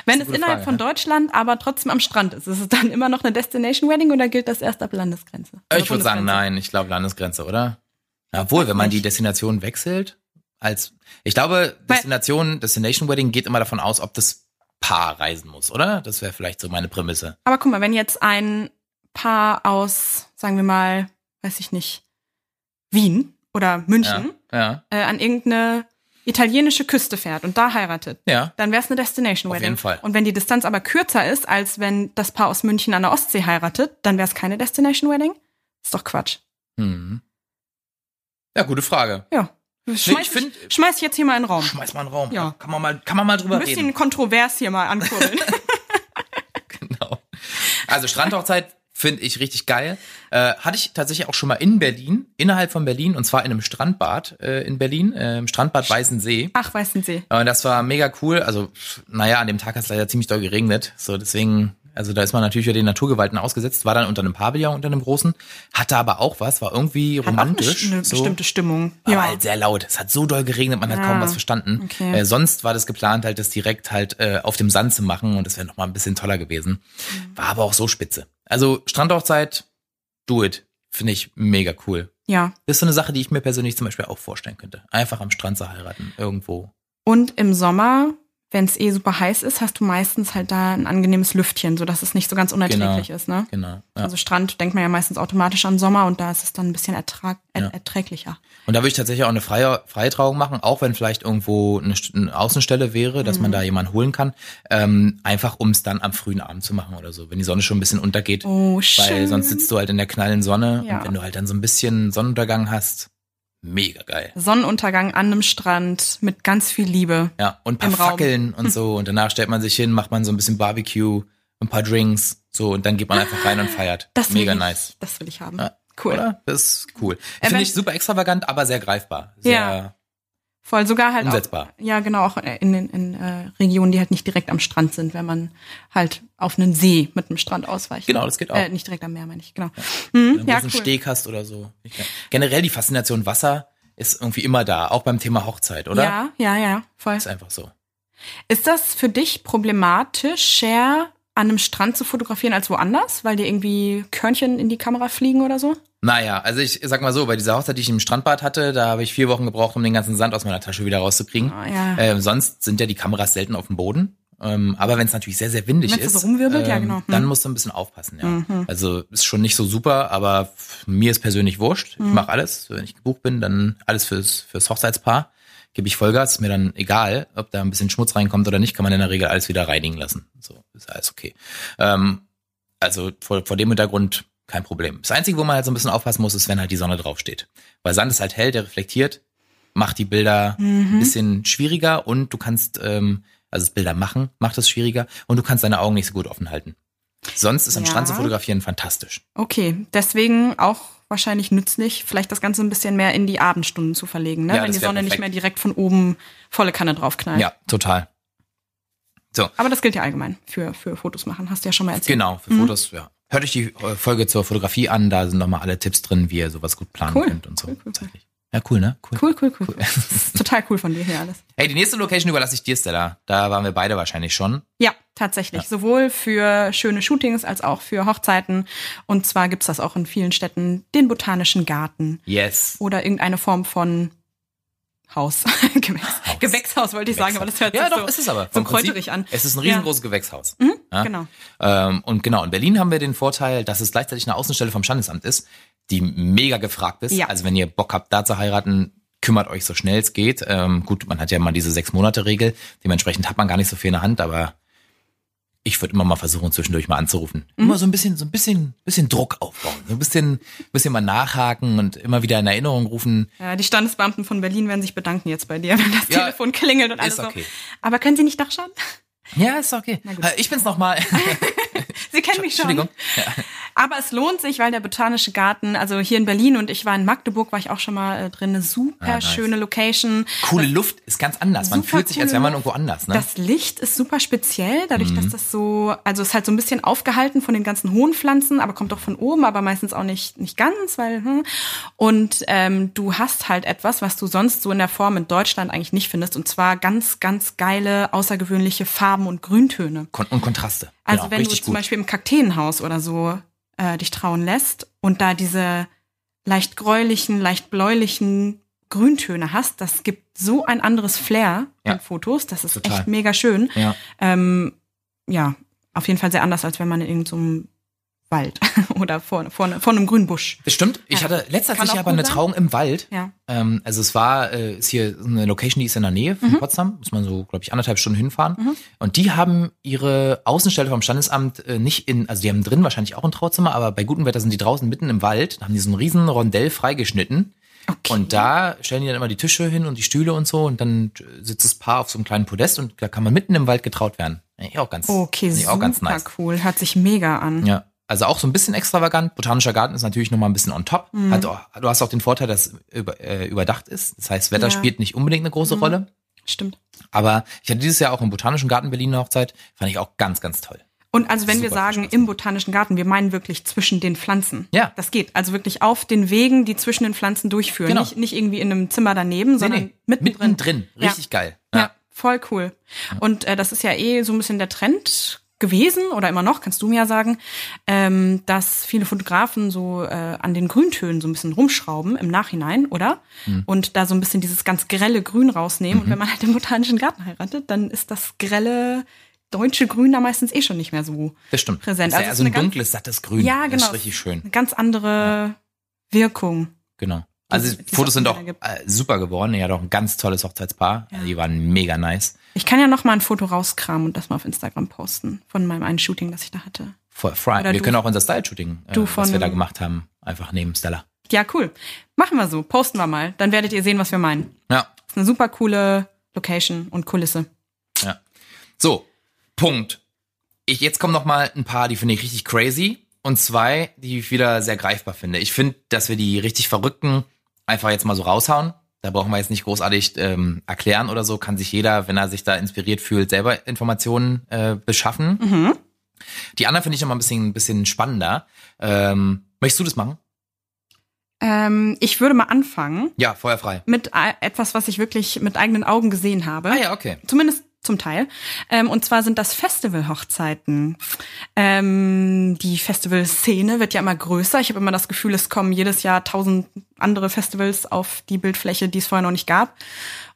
B: Wenn
A: eine
B: es
A: gute
B: innerhalb
A: Frage,
B: von
A: ne?
B: Deutschland aber trotzdem am Strand ist, ist es dann immer noch eine Destination Wedding oder gilt das erst ab Landesgrenze?
A: Äh,
B: Oder
A: ich würde sagen,
B: Bundesgrenze?
A: nein, ich glaube Landesgrenze, oder? Obwohl, wenn man die
B: nicht.
A: Destination wechselt, als ich glaube,
B: Weil-
A: Destination, Destination Wedding geht immer davon aus, ob das Paar reisen muss, oder? Das wäre vielleicht so meine Prämisse.
B: Aber guck mal, wenn jetzt ein Paar aus, sagen wir mal, weiß ich nicht, Wien oder München
A: Ja,
B: äh, an irgendeine italienische Küste fährt und da heiratet,
A: ja. ja.
B: dann wäre es eine Destination
A: Auf
B: Wedding.
A: jeden Fall.
B: Und wenn die Distanz aber kürzer ist, als wenn das Paar aus München an der Ostsee heiratet, dann wäre es keine Destination Wedding? Ist doch Quatsch.
A: Hm. Ja, gute Frage.
B: Ja. Schmeiß, ich
A: find-
B: schmeiß ich jetzt hier mal in den Raum.
A: Schmeiß mal einen Raum.
B: Ja.
A: Kann man mal, kann man mal drüber
B: Ein bisschen
A: reden.
B: kontrovers hier
A: [laughs]
B: mal ankurbeln.
A: Genau. Also Strandhochzeit finde ich richtig geil. Äh, hatte ich tatsächlich auch schon mal in Berlin, innerhalb von Berlin, und zwar in einem Strandbad äh, in Berlin, äh, im Strandbad Weißensee.
B: Ach, Weißensee.
A: Und das war mega cool. Also, pff, naja, an dem Tag hat es leider ziemlich doll geregnet. So, deswegen Also da ist man natürlich wieder den Naturgewalten ausgesetzt, war dann unter einem Pavillon, unter einem großen, hatte aber auch was, war irgendwie
B: Hat auch eine,
A: romantisch.
B: eine
A: so.
B: bestimmte Stimmung.
A: War aber halt sehr laut. Es hat so doll geregnet, man hat
B: Ah,
A: kaum was verstanden.
B: okay.
A: Äh, sonst war das geplant, halt das direkt halt äh, auf dem Sand zu machen und das wäre nochmal ein bisschen toller gewesen.
B: Mhm.
A: War aber auch so spitze. Also Strandhochzeit, do it. Finde ich mega cool.
B: ja.
A: Das ist so eine Sache, die ich mir persönlich zum Beispiel auch vorstellen könnte. Einfach am Strand zu heiraten, irgendwo.
B: Und im Sommer, wenn es eh super heiß ist, hast du meistens halt da ein angenehmes Lüftchen, sodass es nicht so ganz unerträglich ist, ne?
A: Genau. Ja.
B: Also Strand denkt man ja meistens automatisch an Sommer und da ist es dann ein bisschen ertrag er
A: Ja.
B: erträglicher.
A: Und da würde ich tatsächlich auch eine freie Freitrauung machen, auch wenn vielleicht irgendwo eine, St- eine Außenstelle wäre, dass
B: Mhm.
A: man da jemanden holen kann. Ähm, einfach um es dann am frühen Abend zu machen oder so, wenn die Sonne schon ein bisschen untergeht.
B: Oh, schön.
A: Weil sonst sitzt du halt in der knallen Sonne
B: Ja.
A: und wenn du halt dann so ein bisschen Sonnenuntergang hast, mega geil.
B: Sonnenuntergang an einem Strand mit ganz viel Liebe.
A: Ja, und ein paar
B: Im Raum.
A: Fackeln
B: [laughs]
A: und so und danach stellt man sich hin, macht man so ein bisschen Barbecue, ein paar Drinks, so und dann geht man einfach rein und feiert.
B: Das
A: mega
B: will ich,
A: nice.
B: Das will ich haben.
A: Ja,
B: cool.
A: Oder? Das ist cool.
B: Äh,
A: Finde
B: wenn-
A: ich super extravagant, aber sehr greifbar. Sehr
B: Ja. Voll sogar halt
A: Umsetzbar.
B: Auch, ja, genau, auch in, in, in äh, Regionen, die halt nicht direkt am Strand sind, wenn man halt auf einen See mit einem Strand ausweicht.
A: Genau, das geht auch.
B: Äh, nicht direkt am Meer, meine ich, genau. Hm,
A: einen
B: ja,
A: großen
B: cool.
A: Steg hast oder so. Ich- Generell die Faszination Wasser ist irgendwie immer da, auch beim Thema Hochzeit, oder?
B: Ja, ja, ja, voll.
A: Ist einfach so.
B: Ist das für dich problematischer, an einem Strand zu fotografieren als woanders, weil dir irgendwie Körnchen in die Kamera fliegen oder so?
A: Naja, also ich sag mal so, bei dieser Hochzeit, die ich im Strandbad hatte, da habe ich vier Wochen gebraucht, um den ganzen Sand aus meiner Tasche wieder rauszukriegen.
B: Ah, ja.
A: Ähm, sonst sind ja die Kameras selten auf dem Boden. Ähm, aber wenn es natürlich sehr, sehr windig
B: Wenn's
A: ist, ähm,
B: so rumwirbelt, ja, genau. Hm. Mhm.
A: dann musst du ein bisschen aufpassen, ja. Also ist schon nicht so super, aber f- mir ist persönlich wurscht.
B: Mhm.
A: Ich mache alles. Wenn ich gebucht bin, dann alles fürs, fürs Hochzeitspaar. Gebe ich Vollgas, ist mir dann egal, ob da ein bisschen Schmutz reinkommt oder nicht, kann man in der Regel alles wieder reinigen lassen. So, ist alles okay. Ähm, also vor, vor dem Hintergrund kein Problem. Das Einzige, wo man halt so ein bisschen aufpassen muss, ist, wenn halt die Sonne draufsteht. Weil Sand ist halt hell, der reflektiert, macht die Bilder
B: Mhm.
A: ein bisschen schwieriger und du kannst, ähm, also das Bilder machen, macht es schwieriger und du kannst deine Augen nicht so gut offen halten. Sonst ist am
B: Ja.
A: Strand zu fotografieren fantastisch.
B: Okay, deswegen auch wahrscheinlich nützlich, vielleicht das Ganze ein bisschen mehr in die Abendstunden zu verlegen, ne?
A: Ja,
B: wenn
A: das
B: die
A: wär
B: Sonne nicht
A: perfekt.
B: mehr direkt von oben volle Kanne draufknallt.
A: Ja, total.
B: Aber das gilt ja allgemein für, für Fotos machen, hast du ja schon mal erzählt.
A: Genau, für Fotos, ja. Hört euch die äh, Folge zur Fotografie an, da sind nochmal alle Tipps drin, wie ihr sowas gut planen
B: Cool.
A: könnt und so.
B: Cool, cool, cool.
A: Ja, cool, ne?
B: Cool, cool, cool. cool. Total cool von dir hier alles.
A: Hey, die nächste Location überlasse ich dir, Stella. Da waren wir beide wahrscheinlich schon.
B: Ja, tatsächlich. Sowohl für schöne Shootings als auch für Hochzeiten. Und zwar gibt's das auch in vielen Städten, den Botanischen Garten
A: Yes.
B: oder irgendeine Form von Haus. [laughs] Gewächs, Gewächshaus wollte ich sagen, aber das hört
A: ja,
B: sich
A: doch,
B: so,
A: ist es ne? aber.
B: so
A: Vom Prinzip-
B: kräuterig an.
A: Es ist ein riesengroßes Gewächshaus. Ja?
B: Genau.
A: Ähm, und genau, in Berlin haben wir den Vorteil, dass es gleichzeitig eine Außenstelle vom Standesamt ist, die mega gefragt ist.
B: Ja.
A: Also wenn ihr Bock habt, da zu heiraten, kümmert euch so schnell es geht. Ähm, gut, man hat ja mal diese sechs Monate Regel, dementsprechend hat man gar nicht so viel in der Hand, aber ich würde immer mal versuchen, zwischendurch mal anzurufen.
B: Mhm.
A: Immer so ein bisschen, so ein bisschen, bisschen Druck aufbauen. So ein bisschen, bisschen mal nachhaken und immer wieder in Erinnerung rufen.
B: Ja, Äh, die Standesbeamten von Berlin werden sich bedanken jetzt bei dir, [laughs] wenn das
A: Ja,
B: Telefon klingelt und alles
A: ist okay.
B: so. Aber können Sie nicht doch schon? [laughs]
A: Ja, ist okay.
B: gut.
A: Äh, Ich bin's nochmal.
B: Sie kennen mich schon.
A: Entschuldigung.
B: Aber es lohnt sich, weil der Botanische Garten, also hier in Berlin und ich war in Magdeburg, war ich auch schon mal äh, drin, eine super
A: Ah, nice.
B: schöne Location.
A: Coole Luft ist ganz anders. Man
B: Super
A: fühlt sich, als
B: coole
A: wäre man irgendwo anders. Ne? Mhm.
B: Das Licht ist super speziell, dadurch, dass das so, also ist halt so ein bisschen aufgehalten von den ganzen hohen Pflanzen, aber kommt doch von oben, aber meistens auch nicht, nicht ganz, weil, hm. Und ähm, du hast halt etwas, was du sonst so in der Form in Deutschland eigentlich nicht findest, und zwar ganz, ganz geile, außergewöhnliche Farben und Grüntöne.
A: Kon und Kontraste.
B: Also
A: Genau,
B: wenn du
A: richtig
B: zum
A: gut.
B: Beispiel im Kakteenhaus oder so äh, dich trauen lässt und da diese leicht gräulichen, leicht bläulichen Grüntöne hast, das gibt so ein anderes Flair
A: Ja.
B: in Fotos. Das ist
A: Total.
B: echt mega schön.
A: ja.
B: Ähm, ja, auf jeden Fall sehr anders, als wenn man in irgendeinem Wald [laughs] oder vor, vor, vor einem grünen Busch.
A: Das stimmt. Ich
B: Ja.
A: hatte letztes
B: Kann
A: Jahr
B: auch
A: aber
B: gut
A: eine
B: sein.
A: Trauung im Wald.
B: Ja.
A: Ähm, also es war, äh, ist hier eine Location, die ist in der Nähe
B: Mhm.
A: von Potsdam. Muss man so, glaube ich, anderthalb Stunden hinfahren. Und die haben ihre Außenstelle vom Standesamt äh, nicht in, also die haben drin wahrscheinlich auch ein Trauzimmer, aber bei gutem Wetter sind die draußen mitten im Wald. Da haben die so ein riesen Rondell freigeschnitten.
B: Okay.
A: Und da stellen die dann immer die Tische hin und die Stühle und so. Und dann äh, sitzt das Paar auf so einem kleinen Podest und da kann man mitten im Wald getraut werden. Eigentlich auch ganz,
B: Okay,
A: finde ich
B: super
A: auch ganz nice.
B: cool. Hört sich mega an.
A: Ja. Also auch so ein bisschen extravagant. Botanischer Garten ist natürlich nochmal ein bisschen on top.
B: Mhm.
A: Hat auch, du hast auch den Vorteil, dass über, äh, überdacht ist. Das heißt, Wetter
B: Ja. Mhm.
A: spielt nicht unbedingt eine große Rolle.
B: Stimmt.
A: Aber ich hatte dieses Jahr auch im Botanischen Garten Berlin eine Hochzeit. Fand ich auch ganz, ganz toll.
B: Und also wenn wir
A: Super
B: sagen im botanischen Garten, wir meinen wirklich zwischen den Pflanzen.
A: Ja.
B: Das geht. Also wirklich auf den Wegen, die zwischen den Pflanzen durchführen.
A: Genau.
B: Nicht, nicht irgendwie in einem Zimmer daneben, sondern
A: nee.
B: mittendrin.
A: Mittendrin. Richtig geil.
B: Ja. ja, voll cool. Und äh, das ist ja eh so ein bisschen der Trend gewesen oder immer noch, kannst du mir ja sagen, ähm, dass viele Fotografen so äh, an den Grüntönen so ein bisschen rumschrauben im Nachhinein, oder? Und da so ein bisschen dieses ganz grelle Grün rausnehmen. Und wenn man halt im botanischen Garten heiratet, dann ist das grelle deutsche Grün da meistens eh schon nicht mehr so
A: Das stimmt.
B: präsent.
A: Das
B: Also
A: ist
B: es
A: also
B: ist
A: ein
B: eine
A: dunkles, sattes Grün.
B: Ja,
A: Das
B: genau.
A: ist richtig schön.
B: eine ganz andere Wirkung.
A: Genau. Also
B: die es
A: Fotos sind
B: auch
A: auch
B: wieder
A: äh, super geworden. Ja, doch ein ganz tolles Hochzeitspaar. Also, die waren mega nice.
B: Ich kann ja noch mal ein Foto rauskramen und das mal auf Instagram posten von meinem einen Shooting, das ich da hatte.
A: Voll fry.
B: Oder
A: Wir
B: du-
A: können auch unser Style-Shooting, äh,
B: Du
A: was
B: von-
A: wir da gemacht haben, einfach nehmen, Stella.
B: Ja, cool. Machen wir so. Posten wir mal. Dann werdet ihr sehen, was wir meinen.
A: Ja.
B: Ist eine super coole Location und Kulisse.
A: Ja. So, Punkt. Ich, jetzt kommen noch mal ein paar, die finde ich richtig crazy und zwei, die ich wieder sehr greifbar finde. Ich finde, dass wir die richtig Verrückten einfach jetzt mal so raushauen. Da brauchen wir jetzt nicht großartig ähm, erklären oder so. Kann sich jeder, wenn er sich da inspiriert fühlt, selber Informationen äh, beschaffen.
B: Mhm.
A: Die anderen finde ich noch mal ein bisschen, ein bisschen spannender. Ähm, möchtest du das machen?
B: Ähm, ich würde mal anfangen
A: Ja, Feuer frei.
B: mit äh, etwas, was ich wirklich mit eigenen Augen gesehen habe.
A: Ah ja,
B: [laughs]
A: okay.
B: Zumindest zum Teil. Ähm, und zwar sind das Festivalhochzeiten. Ähm, die Festivalszene wird ja immer größer. Ich habe immer das Gefühl, es kommen jedes Jahr tausend andere Festivals auf die Bildfläche, die es vorher noch nicht gab.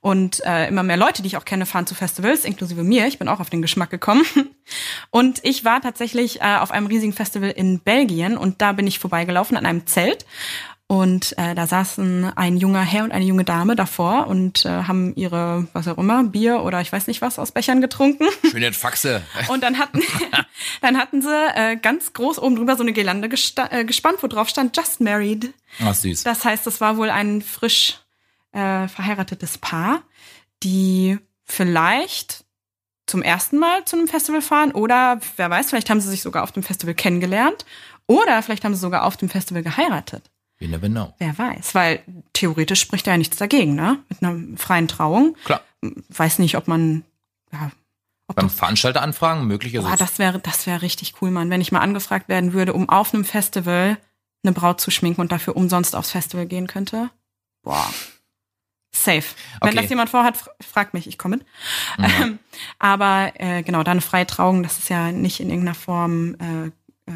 B: Und äh, immer mehr Leute, die ich auch kenne, fahren zu Festivals, inklusive mir. Ich bin auch auf den Geschmack gekommen. [laughs] Und ich war tatsächlich äh, auf einem riesigen Festival in Belgien und da bin ich vorbeigelaufen an einem Zelt. Und äh, da saßen ein junger Herr und eine junge Dame davor und äh, haben ihre, was auch immer, Bier oder ich weiß nicht was aus Bechern getrunken.
A: Schöne
B: [laughs]
A: Faxe.
B: Und dann hatten, dann hatten sie äh, ganz groß oben drüber so eine Girlande gesta- äh, gespannt, wo drauf stand Just Married.
A: Ach, Ah, süß.
B: Das heißt, es war wohl ein frisch äh, verheiratetes Paar, die vielleicht zum ersten Mal zu einem Festival fahren oder wer weiß, vielleicht haben sie sich sogar auf dem Festival kennengelernt oder vielleicht haben sie sogar auf dem Festival geheiratet.
A: We never know.
B: Wer weiß, weil theoretisch spricht da ja nichts dagegen, ne? Mit einer freien Trauung.
A: Klar.
B: Weiß nicht, ob man, ja, ob
A: Beim
B: das,
A: Veranstalter anfragen, möglich ist
B: boah,
A: es.
B: das wäre, das wäre richtig cool, Mann, wenn ich mal angefragt werden würde, um auf einem Festival eine Braut zu schminken und dafür umsonst aufs Festival gehen könnte. Boah. Safe.
A: Okay.
B: Wenn
A: Mhm.
B: das jemand vorhat, fr- fragt mich, ich komme mit. Ähm, aber äh, genau, da eine freie Trauung, das ist ja nicht in irgendeiner Form äh, äh,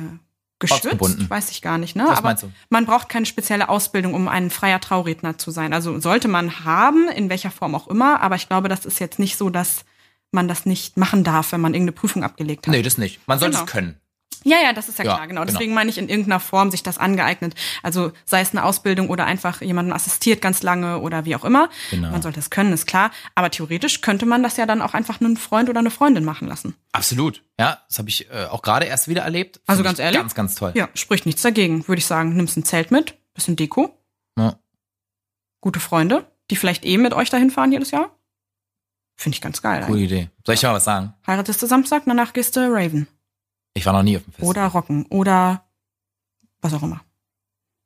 A: Ortsgebunden.
B: geschützt, weiß ich gar nicht. Ne?
A: Was
B: aber
A: meinst du?
B: man braucht keine spezielle Ausbildung, um ein freier Trauredner zu sein. Also sollte man haben, in welcher Form auch immer, aber ich glaube, das ist jetzt nicht so, dass man das nicht machen darf, wenn man irgendeine Prüfung abgelegt hat.
A: Nee, das nicht. Man sollte
B: Genau.
A: es können.
B: Ja, ja, das ist ja,
A: Ja,
B: klar, genau.
A: genau.
B: Deswegen meine ich in irgendeiner Form sich das angeeignet. Also sei es eine Ausbildung oder einfach jemandem assistiert ganz lange oder wie auch immer.
A: Genau.
B: Man sollte es können, ist klar. Aber theoretisch könnte man das ja dann auch einfach einen Freund oder eine Freundin machen lassen.
A: Absolut. Ja, das habe ich äh, auch gerade erst wieder erlebt.
B: Also
A: Find
B: ganz
A: ich
B: ehrlich?
A: Ganz, ganz toll.
B: Ja, spricht nichts dagegen, würde ich sagen. Nimmst ein Zelt mit, bisschen Deko,
A: Ja.
B: gute Freunde, die vielleicht eh mit euch dahin fahren jedes Jahr. Finde ich ganz geil.
A: Coole
B: eigentlich.
A: Idee. Soll ich mal was sagen?
B: Heiratest du Samstag, danach gehst du Raven
A: Ich war noch nie auf dem Fest.
B: oder Rocken oder was auch immer.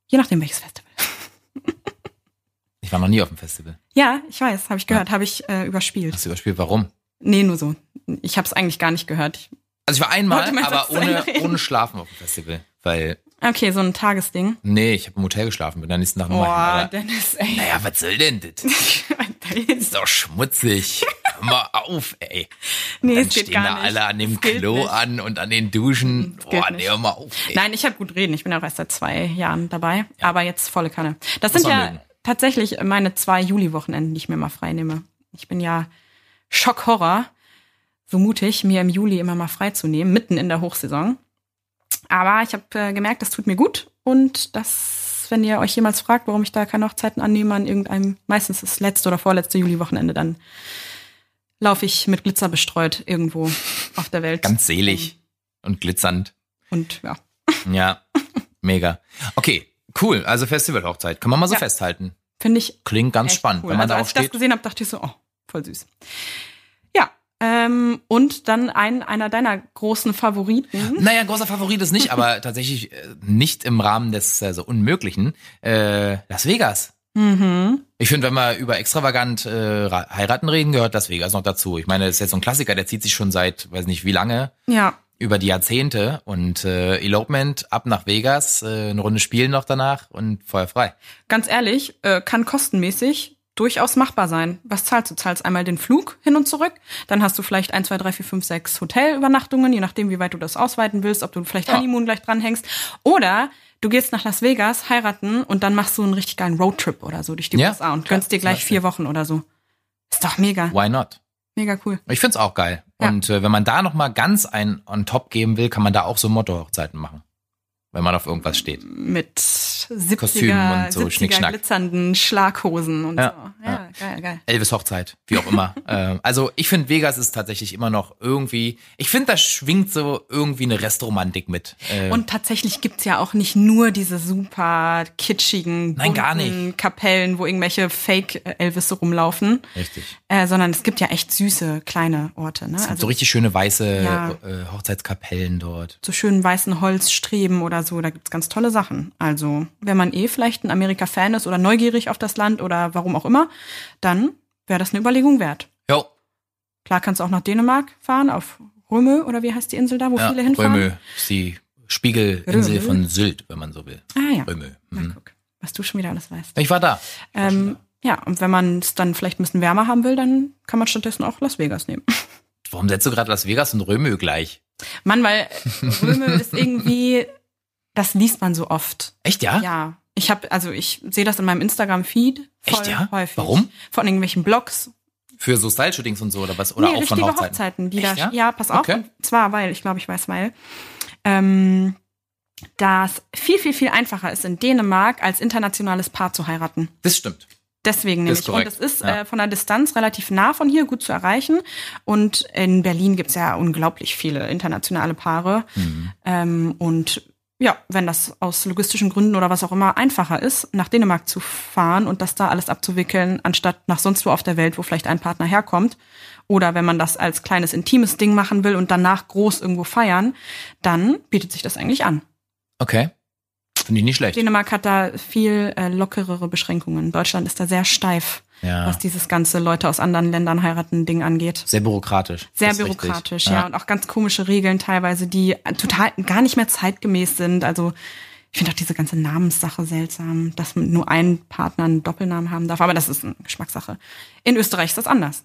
B: Je nachdem, welches Festival.
A: Ich war noch nie auf dem Festival.
B: Ja, ich weiß, habe ich gehört, habe ich äh, überspielt.
A: Hast du überspielt? Warum?
B: Nee, nur so. Ich habe es eigentlich gar nicht gehört. Ich-
A: Also ich war einmal,
B: Warte mal,
A: aber
B: das zu
A: ohne,
B: Ende reden.
A: ohne Schlafen auf dem Festival. Weil,
B: Okay, so ein Tagesding.
A: nee, ich habe im Hotel geschlafen, bin am nächsten Tag nochmal
B: Boah,
A: hin. aber-
B: Dennis, [laughs] ey.
A: Naja, was soll denn das? Ist
B: Dennis,
A: doch
B: [laughs]
A: schmutzig. Hör mal auf, ey.
B: nee,
A: Dann
B: es
A: stehen
B: geht
A: da
B: gar nicht.
A: alle an dem
B: Es geht
A: Klo
B: nicht.
A: an und an den Duschen.
B: Das geht
A: Boah, nee,
B: nicht.
A: hör mal auf, ey.
B: Nein, ich habe gut reden. Ich bin auch erst seit zwei Jahren dabei. Aber jetzt volle Kanne. Das
A: Muss
B: sind
A: man
B: ja
A: mögen.
B: tatsächlich meine zwei Juli-Wochenenden, die ich mir mal frei nehme. Ich bin ja Schockhorror, so mutig, mir im Juli immer mal frei zu nehmen, mitten in der Hochsaison. Aber ich habe äh, gemerkt, das tut mir gut. Und das, wenn ihr euch jemals fragt, warum ich da keine Hochzeiten annehme, an irgendeinem, meistens das letzte oder vorletzte Juli-Wochenende, dann laufe ich mit Glitzer bestreut irgendwo auf der Welt.
A: Ganz selig
B: Mhm.
A: und glitzernd.
B: Und ja.
A: Ja, mega. Okay, cool. Also Festivalhochzeit. Kann man mal so
B: Ja.
A: festhalten.
B: Finde ich
A: Klingt ganz
B: Echt
A: spannend.
B: cool.
A: Wenn man
B: also,
A: da
B: als ich das
A: aufsteht,
B: gesehen habe, dachte ich so, oh, voll süß. Ja, ähm, und dann ein, einer deiner großen Favoriten.
A: Naja, großer Favorit ist nicht, aber tatsächlich äh, nicht im Rahmen des äh, so Unmöglichen. Äh, Las Vegas.
B: Mhm.
A: Ich finde, wenn wir über extravagant äh, ra- heiraten reden, gehört Las Vegas noch dazu. Ich meine, das ist jetzt so ein Klassiker, der zieht sich schon seit, weiß nicht wie lange.
B: Ja,
A: über die Jahrzehnte und äh, Elopement ab nach Vegas, äh, eine Runde spielen noch danach und Feuer frei.
B: Ganz ehrlich, äh, kann kostenmäßig durchaus machbar sein. Was zahlst du? Zahlst einmal den Flug hin und zurück, dann hast du vielleicht 1, 2, 3, 4, 5, 6 Hotelübernachtungen, je nachdem, wie weit du das ausweiten willst, ob du vielleicht
A: Ja.
B: Honeymoon gleich dranhängst. Oder du gehst nach Las Vegas, heiraten und dann machst du einen richtig geilen Roadtrip oder so durch die
A: Ja,
B: USA und
A: klar,
B: gönnst dir
A: zum
B: gleich
A: Beispiel.
B: vier Wochen oder so. Ist doch mega,
A: Why not?
B: mega cool.
A: Ich find's auch geil.
B: Ja.
A: Und äh, wenn man da nochmal ganz einen on top geben will, kann man da auch so Motto-Hochzeiten machen. Wenn man auf irgendwas steht.
B: Mit 70er,
A: Kostümen und so,
B: 70er
A: Schnickschnack.
B: glitzernden Schlaghosen und
A: Ja,
B: so. Ja, geil, geil.
A: Elvis Hochzeit, wie auch
B: [laughs]
A: immer. äh, also ich finde, Vegas ist tatsächlich immer noch irgendwie, ich finde, da schwingt so irgendwie eine Restromantik mit. Äh,
B: Und tatsächlich gibt's ja auch nicht nur diese super kitschigen
A: Nein, gar
B: bunten Kapellen, wo irgendwelche Fake-Elvis so rumlaufen,
A: richtig.
B: äh, sondern es gibt ja echt süße kleine Orte. Ne?
A: Es gibt
B: Also
A: so richtig schöne weiße
B: Ja.
A: äh, Hochzeitskapellen dort.
B: zu schönen weißen Holzstreben oder so, da gibt's ganz tolle Sachen. Also wenn man eh vielleicht ein Amerika-Fan ist oder neugierig auf das Land oder warum auch immer, dann wäre das eine Überlegung wert.
A: Jo,
B: Klar kannst du auch nach Dänemark fahren, auf Römö oder wie heißt die Insel da, wo
A: ja,
B: viele hinfahren?
A: Römö, ist die Spiegelinsel
B: Römö.
A: von Sylt, wenn man so will.
B: Ah ja,
A: Römö.
B: Na,
A: Mhm.
B: guck, was du schon wieder alles weißt.
A: Ich war da.
B: Ähm, ja, und wenn man es dann vielleicht ein bisschen wärmer haben will, dann kann man stattdessen auch Las Vegas nehmen.
A: Warum setzt du gerade Las Vegas und Römö gleich? [laughs]
B: Mann, weil Röme ist irgendwie, das liest man so oft.
A: Echt, ja?
B: Ja. Ich habe, also ich sehe das in meinem Instagram-Feed voll
A: Echt, ja?
B: häufig.
A: Warum?
B: Von irgendwelchen Blogs.
A: Für so Style-Shootings und so oder was? Oder
B: nee,
A: auch von
B: richtige
A: Hochzeiten?
B: die
A: Echt,
B: da.
A: ja?
B: Ja, pass auf.
A: Okay.
B: Und zwar, weil, ich glaube, ich weiß, weil. Ähm, dass viel, viel, viel einfacher ist in Dänemark, als internationales Paar zu heiraten.
A: Das stimmt. Das
B: Deswegen nämlich.
A: ist
B: Und
A: korrekt,
B: es ist
A: ja.
B: äh, von der Distanz relativ nah von hier, gut zu erreichen. Und in Berlin gibt's ja unglaublich viele internationale Paare. Ähm, und ja, wenn das aus logistischen Gründen oder was auch immer einfacher ist, nach Dänemark zu fahren und das da alles abzuwickeln, anstatt nach sonst wo auf der Welt, wo vielleicht ein Partner herkommt. Oder wenn man das als kleines intimes Ding machen will und danach groß irgendwo feiern, dann bietet sich das eigentlich an.
A: Okay. Finde ich nicht schlecht.
B: Dänemark hat da viel äh, lockerere Beschränkungen. Deutschland ist da sehr steif
A: Ja.
B: was dieses ganze Leute aus anderen Ländern heiraten Ding angeht.
A: Sehr bürokratisch.
B: Sehr
A: Das ist richtig.
B: bürokratisch, ja. Und auch ganz komische Regeln teilweise, die total gar nicht mehr zeitgemäß sind. Also ich finde auch diese ganze Namenssache seltsam, dass man nur einen Partner einen Doppelnamen haben darf. Aber das ist eine Geschmackssache. In Österreich ist das anders.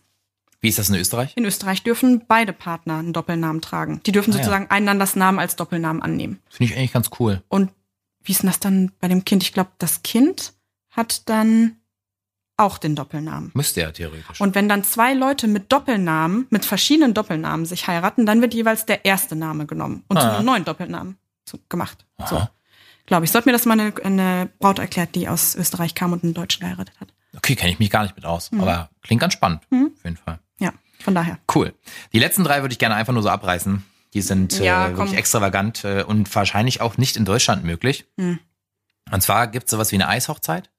A: Wie ist das in Österreich?
B: In Österreich dürfen beide Partner einen Doppelnamen tragen. Die dürfen
A: Ah, ja.
B: sozusagen einanders Namen als Doppelnamen annehmen.
A: Finde ich eigentlich ganz cool.
B: Und wie ist denn das dann bei dem Kind? Ich glaube, das Kind hat dann auch den Doppelnamen.
A: Müsste ja theoretisch.
B: Und wenn dann zwei Leute mit Doppelnamen, mit verschiedenen Doppelnamen sich heiraten, dann wird jeweils der erste Name genommen und zu
A: Ah.
B: einem neuen Doppelnamen zu, gemacht. So,
A: Aha.
B: glaube ich. Sollte mir das mal eine, eine Braut erklärt, die aus Österreich kam und einen Deutschen geheiratet hat.
A: Okay, kenne ich mich gar nicht mit
B: Mhm.
A: aus. Aber klingt ganz spannend. Auf jeden Fall.
B: Ja, von daher.
A: Cool. Die letzten drei würde ich gerne einfach nur so abreißen. Die sind
B: Ja,
A: äh,
B: komm.
A: wirklich extravagant äh, und wahrscheinlich auch nicht in Deutschland möglich.
B: Hm.
A: Und zwar gibt es sowas wie eine Eishochzeit.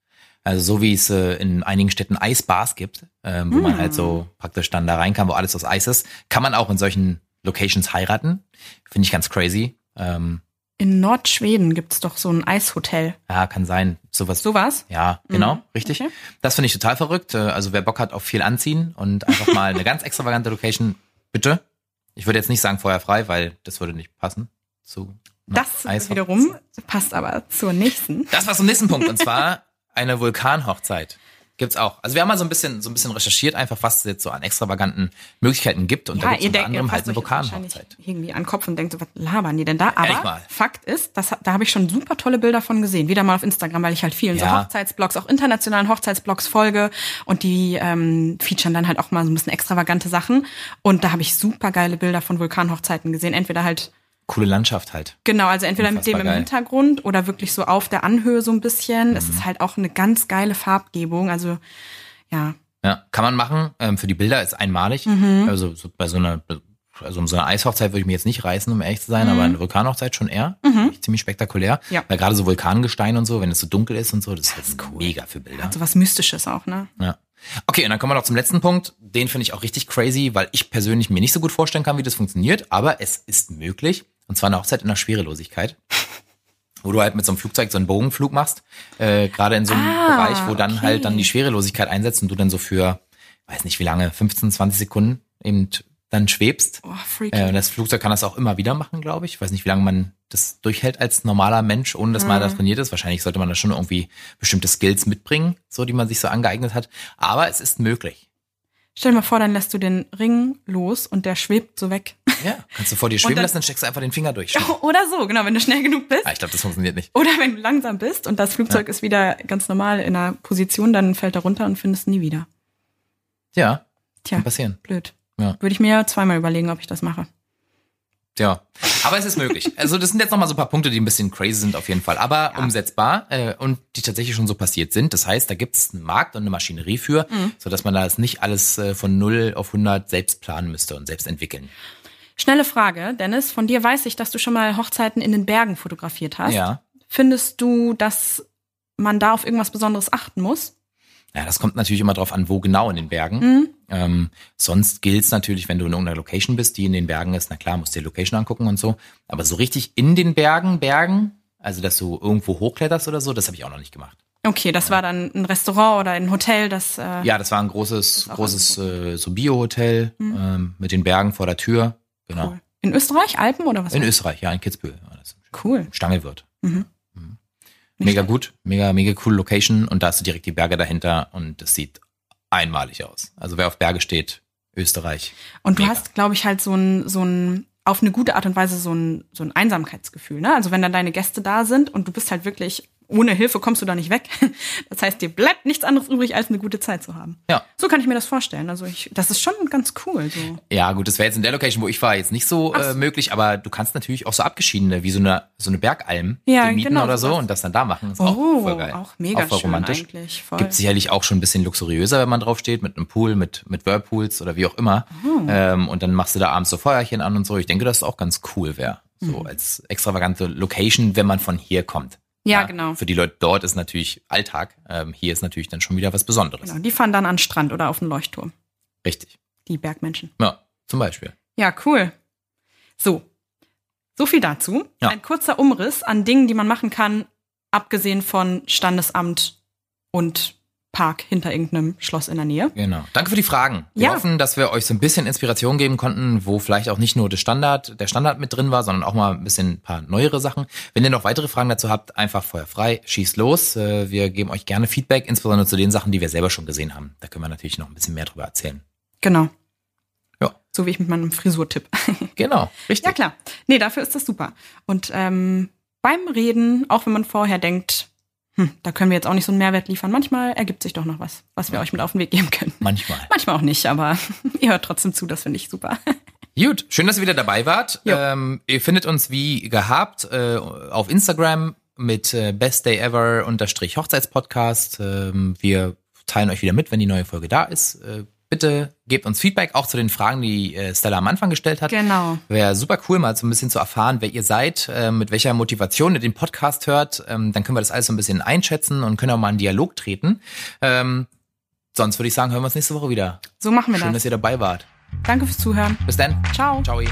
A: Also so wie es äh, in einigen Städten Eisbars gibt, ähm, wo man
B: Hm.
A: halt so praktisch dann da rein kann, wo alles aus Eis ist, kann man auch in solchen Locations heiraten. Finde ich ganz crazy. Ähm,
B: In Nordschweden gibt's doch so ein Eishotel.
A: ja, kann sein. Sowas.
B: Sowas?
A: Ja, genau,
B: Mhm.
A: richtig.
B: Okay.
A: Das finde ich total verrückt. Äh, Also wer Bock hat auf viel anziehen und einfach mal eine ganz extravagante Location, bitte. Ich würde jetzt nicht sagen vorher frei, weil das würde nicht passen zu.
B: Das
A: Eishockey.
B: wiederum passt aber zur nächsten.
A: Das war zum nächsten Punkt und zwar
B: [laughs]
A: eine Vulkanhochzeit. Gibt's auch. Also wir haben mal so ein bisschen so ein bisschen recherchiert, einfach was es jetzt so an extravaganten Möglichkeiten gibt
B: Ah,
A: und da gibt's unter anderem halt eine
B: passt euch jetzt
A: Vulkanhochzeit.
B: wahrscheinlich irgendwie an den Kopf und denkt so, was labern die denn da?
A: Ehrlich
B: Aber
A: mal.
B: Fakt ist, das, da habe ich schon super tolle Bilder von gesehen. Wieder mal auf Instagram, weil ich halt vielen so
A: Ja.
B: Hochzeitsblogs, auch internationalen Hochzeitsblogs folge und die ähm, featuren dann halt auch mal so ein bisschen extravagante Sachen. Und da habe ich super geile Bilder von Vulkanhochzeiten gesehen. Entweder halt
A: Coole Landschaft halt.
B: Genau, also entweder mit dem
A: Unfassbar
B: im
A: geil. Mhm.
B: Hintergrund oder wirklich so auf der Anhöhe so ein bisschen. Es ist halt auch eine ganz geile Farbgebung. Also ja,
A: Ja, kann man machen. Ähm, für die Bilder ist einmalig. Also so bei so einer, also um so eine Eishochzeit würde ich mich jetzt nicht reißen, um ehrlich zu sein, aber eine Vulkanhochzeit schon eher. Finde ich Ziemlich spektakulär.
B: Ja.
A: Weil gerade so Vulkangestein und so, wenn es so dunkel ist und so, das ist halt mega für Bilder.
B: so was Mystisches auch, ne?
A: Ja. Okay, und dann kommen wir noch zum letzten Punkt. Den finde ich auch richtig crazy, weil ich persönlich mir nicht so gut vorstellen kann, wie das funktioniert, aber es ist möglich. Und zwar eine Hochzeit in der
B: [laughs]
A: Schwerelosigkeit. Wo du halt mit so einem Flugzeug so einen Bogenflug machst, äh, gerade in so einem
B: Ah,
A: Bereich, wo dann
B: okay.
A: halt dann die Schwerelosigkeit einsetzt und du dann so für, weiß nicht wie lange, 15, 20 Sekunden eben dann schwebst.
B: Oh, freaky.
A: Äh, und das Flugzeug kann das auch immer wieder machen, glaube ich. Ich weiß nicht, wie lange man das durchhält als normaler Mensch, ohne dass man
B: Mhm.
A: da trainiert ist. Wahrscheinlich sollte man da schon irgendwie bestimmte Skills mitbringen, so die man sich so angeeignet hat. Aber es ist
B: [laughs]
A: möglich.
B: Stell dir mal vor, dann lässt du den Ring los und der schwebt so weg.
A: Ja, kannst du vor dir schweben
B: dann-
A: lassen, dann steckst du einfach den Finger durch.
B: [laughs] Oder so, genau, wenn du schnell genug bist.
A: Ah, ich glaube, das funktioniert nicht.
B: Oder wenn du langsam bist und das Flugzeug ist wieder ganz normal in einer Position, dann fällt er runter und findest nie wieder.
A: Ja,
B: Tja,
A: kann passieren.
B: blöd.
A: Ja.
B: Würde ich mir zweimal überlegen, ob ich das mache.
A: Ja, aber es ist
B: [laughs]
A: möglich. Also das sind jetzt nochmal so ein paar Punkte, die ein bisschen crazy sind auf jeden Fall, aber
B: Ja.
A: umsetzbar äh, und die tatsächlich schon so passiert sind. Das heißt, da gibt es einen Markt und eine Maschinerie für,
B: Mhm.
A: sodass man das nicht alles äh, von 0 auf 100 selbst planen müsste und selbst entwickeln.
B: Schnelle Frage, Dennis. Von dir weiß ich, dass du schon mal Hochzeiten in den Bergen fotografiert hast.
A: Ja.
B: Findest du, dass man da auf irgendwas Besonderes achten muss?
A: Ja, das kommt natürlich immer drauf an, wo genau in den Bergen. Ähm, sonst gilt's natürlich, wenn du in irgendeiner Location bist, die in den Bergen ist, na klar, musst dir die Location angucken und so. Aber so richtig in den Bergen, Bergen, also dass du irgendwo hochkletterst oder so, das habe ich auch noch nicht gemacht.
B: Okay, das war dann ein Restaurant oder ein Hotel, das äh,
A: Ja, das war ein großes,
B: ist auch
A: großes äh, so Bio-Hotel ähm, mit den Bergen vor der Tür. Genau.
B: cool. in Österreich, Alpen oder was?
A: In Österreich, ja, in Kitzbühel. Ja, das ist
B: cool.
A: Stangelwirt.
B: Mhm.
A: Mhm.
B: Nicht
A: Mega gut, mega, mega coole Location und da hast du direkt die Berge dahinter und es sieht einmalig aus. Also wer auf Berge steht, Österreich.
B: Und du
A: Mega.
B: hast, glaube ich, halt so ein, so ein, auf eine gute Art und Weise so ein, so ein Einsamkeitsgefühl, ne? Also wenn dann deine Gäste da sind und du bist halt wirklich, ohne Hilfe kommst du da nicht weg. [laughs] Das heißt, dir bleibt nichts anderes übrig, als eine gute Zeit zu haben.
A: Ja.
B: So kann ich mir das vorstellen. Also ich, das ist schon ganz cool, so.
A: Ja, gut, das wäre jetzt in der Location, wo ich war, jetzt nicht so
B: Ach
A: äh,
B: so.
A: möglich, aber du kannst natürlich auch so abgeschiedene, wie so eine, so eine Bergalm,
B: Ja,
A: die mieten
B: genau,
A: oder so
B: sowas.
A: und das dann da machen. Ist
B: Oh,
A: auch voll geil.
B: auch mega
A: auch voll
B: schön
A: romantisch.
B: eigentlich, voll.
A: Gibt sicherlich auch schon ein bisschen luxuriöser, wenn man draufsteht, mit einem Pool, mit, mit Whirlpools oder wie auch immer.
B: Oh.
A: Ähm, und dann machst du da abends so Feuerchen an und so. Ich denke, dass es auch ganz cool wäre. So
B: Mhm.
A: als extravagante Location, wenn man von hier kommt.
B: Ja, genau.
A: Für die Leute dort ist natürlich Alltag. Ähm, hier ist natürlich dann schon wieder was Besonderes.
B: Genau. Die fahren dann an den Strand oder auf den Leuchtturm.
A: Richtig.
B: Die Bergmenschen.
A: Ja, zum Beispiel.
B: Ja, cool. So. So viel dazu.
A: Ja.
B: Ein kurzer Umriss an Dingen, die man machen kann, abgesehen von Standesamt und Park hinter irgendeinem Schloss in der Nähe.
A: Genau. Danke für die Fragen. Wir
B: Ja.
A: hoffen, dass wir euch so ein bisschen Inspiration geben konnten, wo vielleicht auch nicht nur der Standard, der Standard mit drin war, sondern auch mal ein bisschen ein paar neuere Sachen. Wenn ihr noch weitere Fragen dazu habt, einfach Feuer frei, schießt los. Äh, Wir geben euch gerne Feedback, insbesondere zu den Sachen, die wir selber schon gesehen haben. Da können wir natürlich noch ein bisschen mehr drüber erzählen.
B: Genau.
A: Ja.
B: So wie ich mit meinem Frisurtipp.
A: Genau, richtig.
B: ja, klar. Nee, dafür ist das super. Und ähm, beim Reden, auch wenn man vorher denkt, hm, da können wir jetzt auch nicht so einen Mehrwert liefern, manchmal ergibt sich doch noch was, was wir euch mit auf den Weg geben können.
A: Manchmal.
B: Manchmal auch nicht, aber [laughs] ihr hört trotzdem zu, das finde ich super.
A: Gut, schön, dass ihr wieder dabei wart.
B: Jo.
A: Ähm, ihr findet uns wie gehabt äh, auf Instagram mit äh, Best Day Ever unterstrich Hochzeitspodcast. Ähm, wir teilen euch wieder mit, wenn die neue Folge da ist. Äh, bitte gebt uns Feedback, auch zu den Fragen, die äh, Stella am Anfang gestellt hat.
B: Genau.
A: Wäre super cool, mal so ein bisschen zu erfahren, wer ihr seid, äh, mit welcher Motivation ihr den Podcast hört. Ähm, dann können wir das alles so ein bisschen einschätzen und können auch mal in Dialog treten. Ähm, sonst würde ich sagen, hören wir uns nächste Woche wieder.
B: So machen wir
A: Schön,
B: das.
A: dass ihr dabei wart.
B: Danke fürs Zuhören.
A: Bis dann.
B: Ciao.
A: Ciao.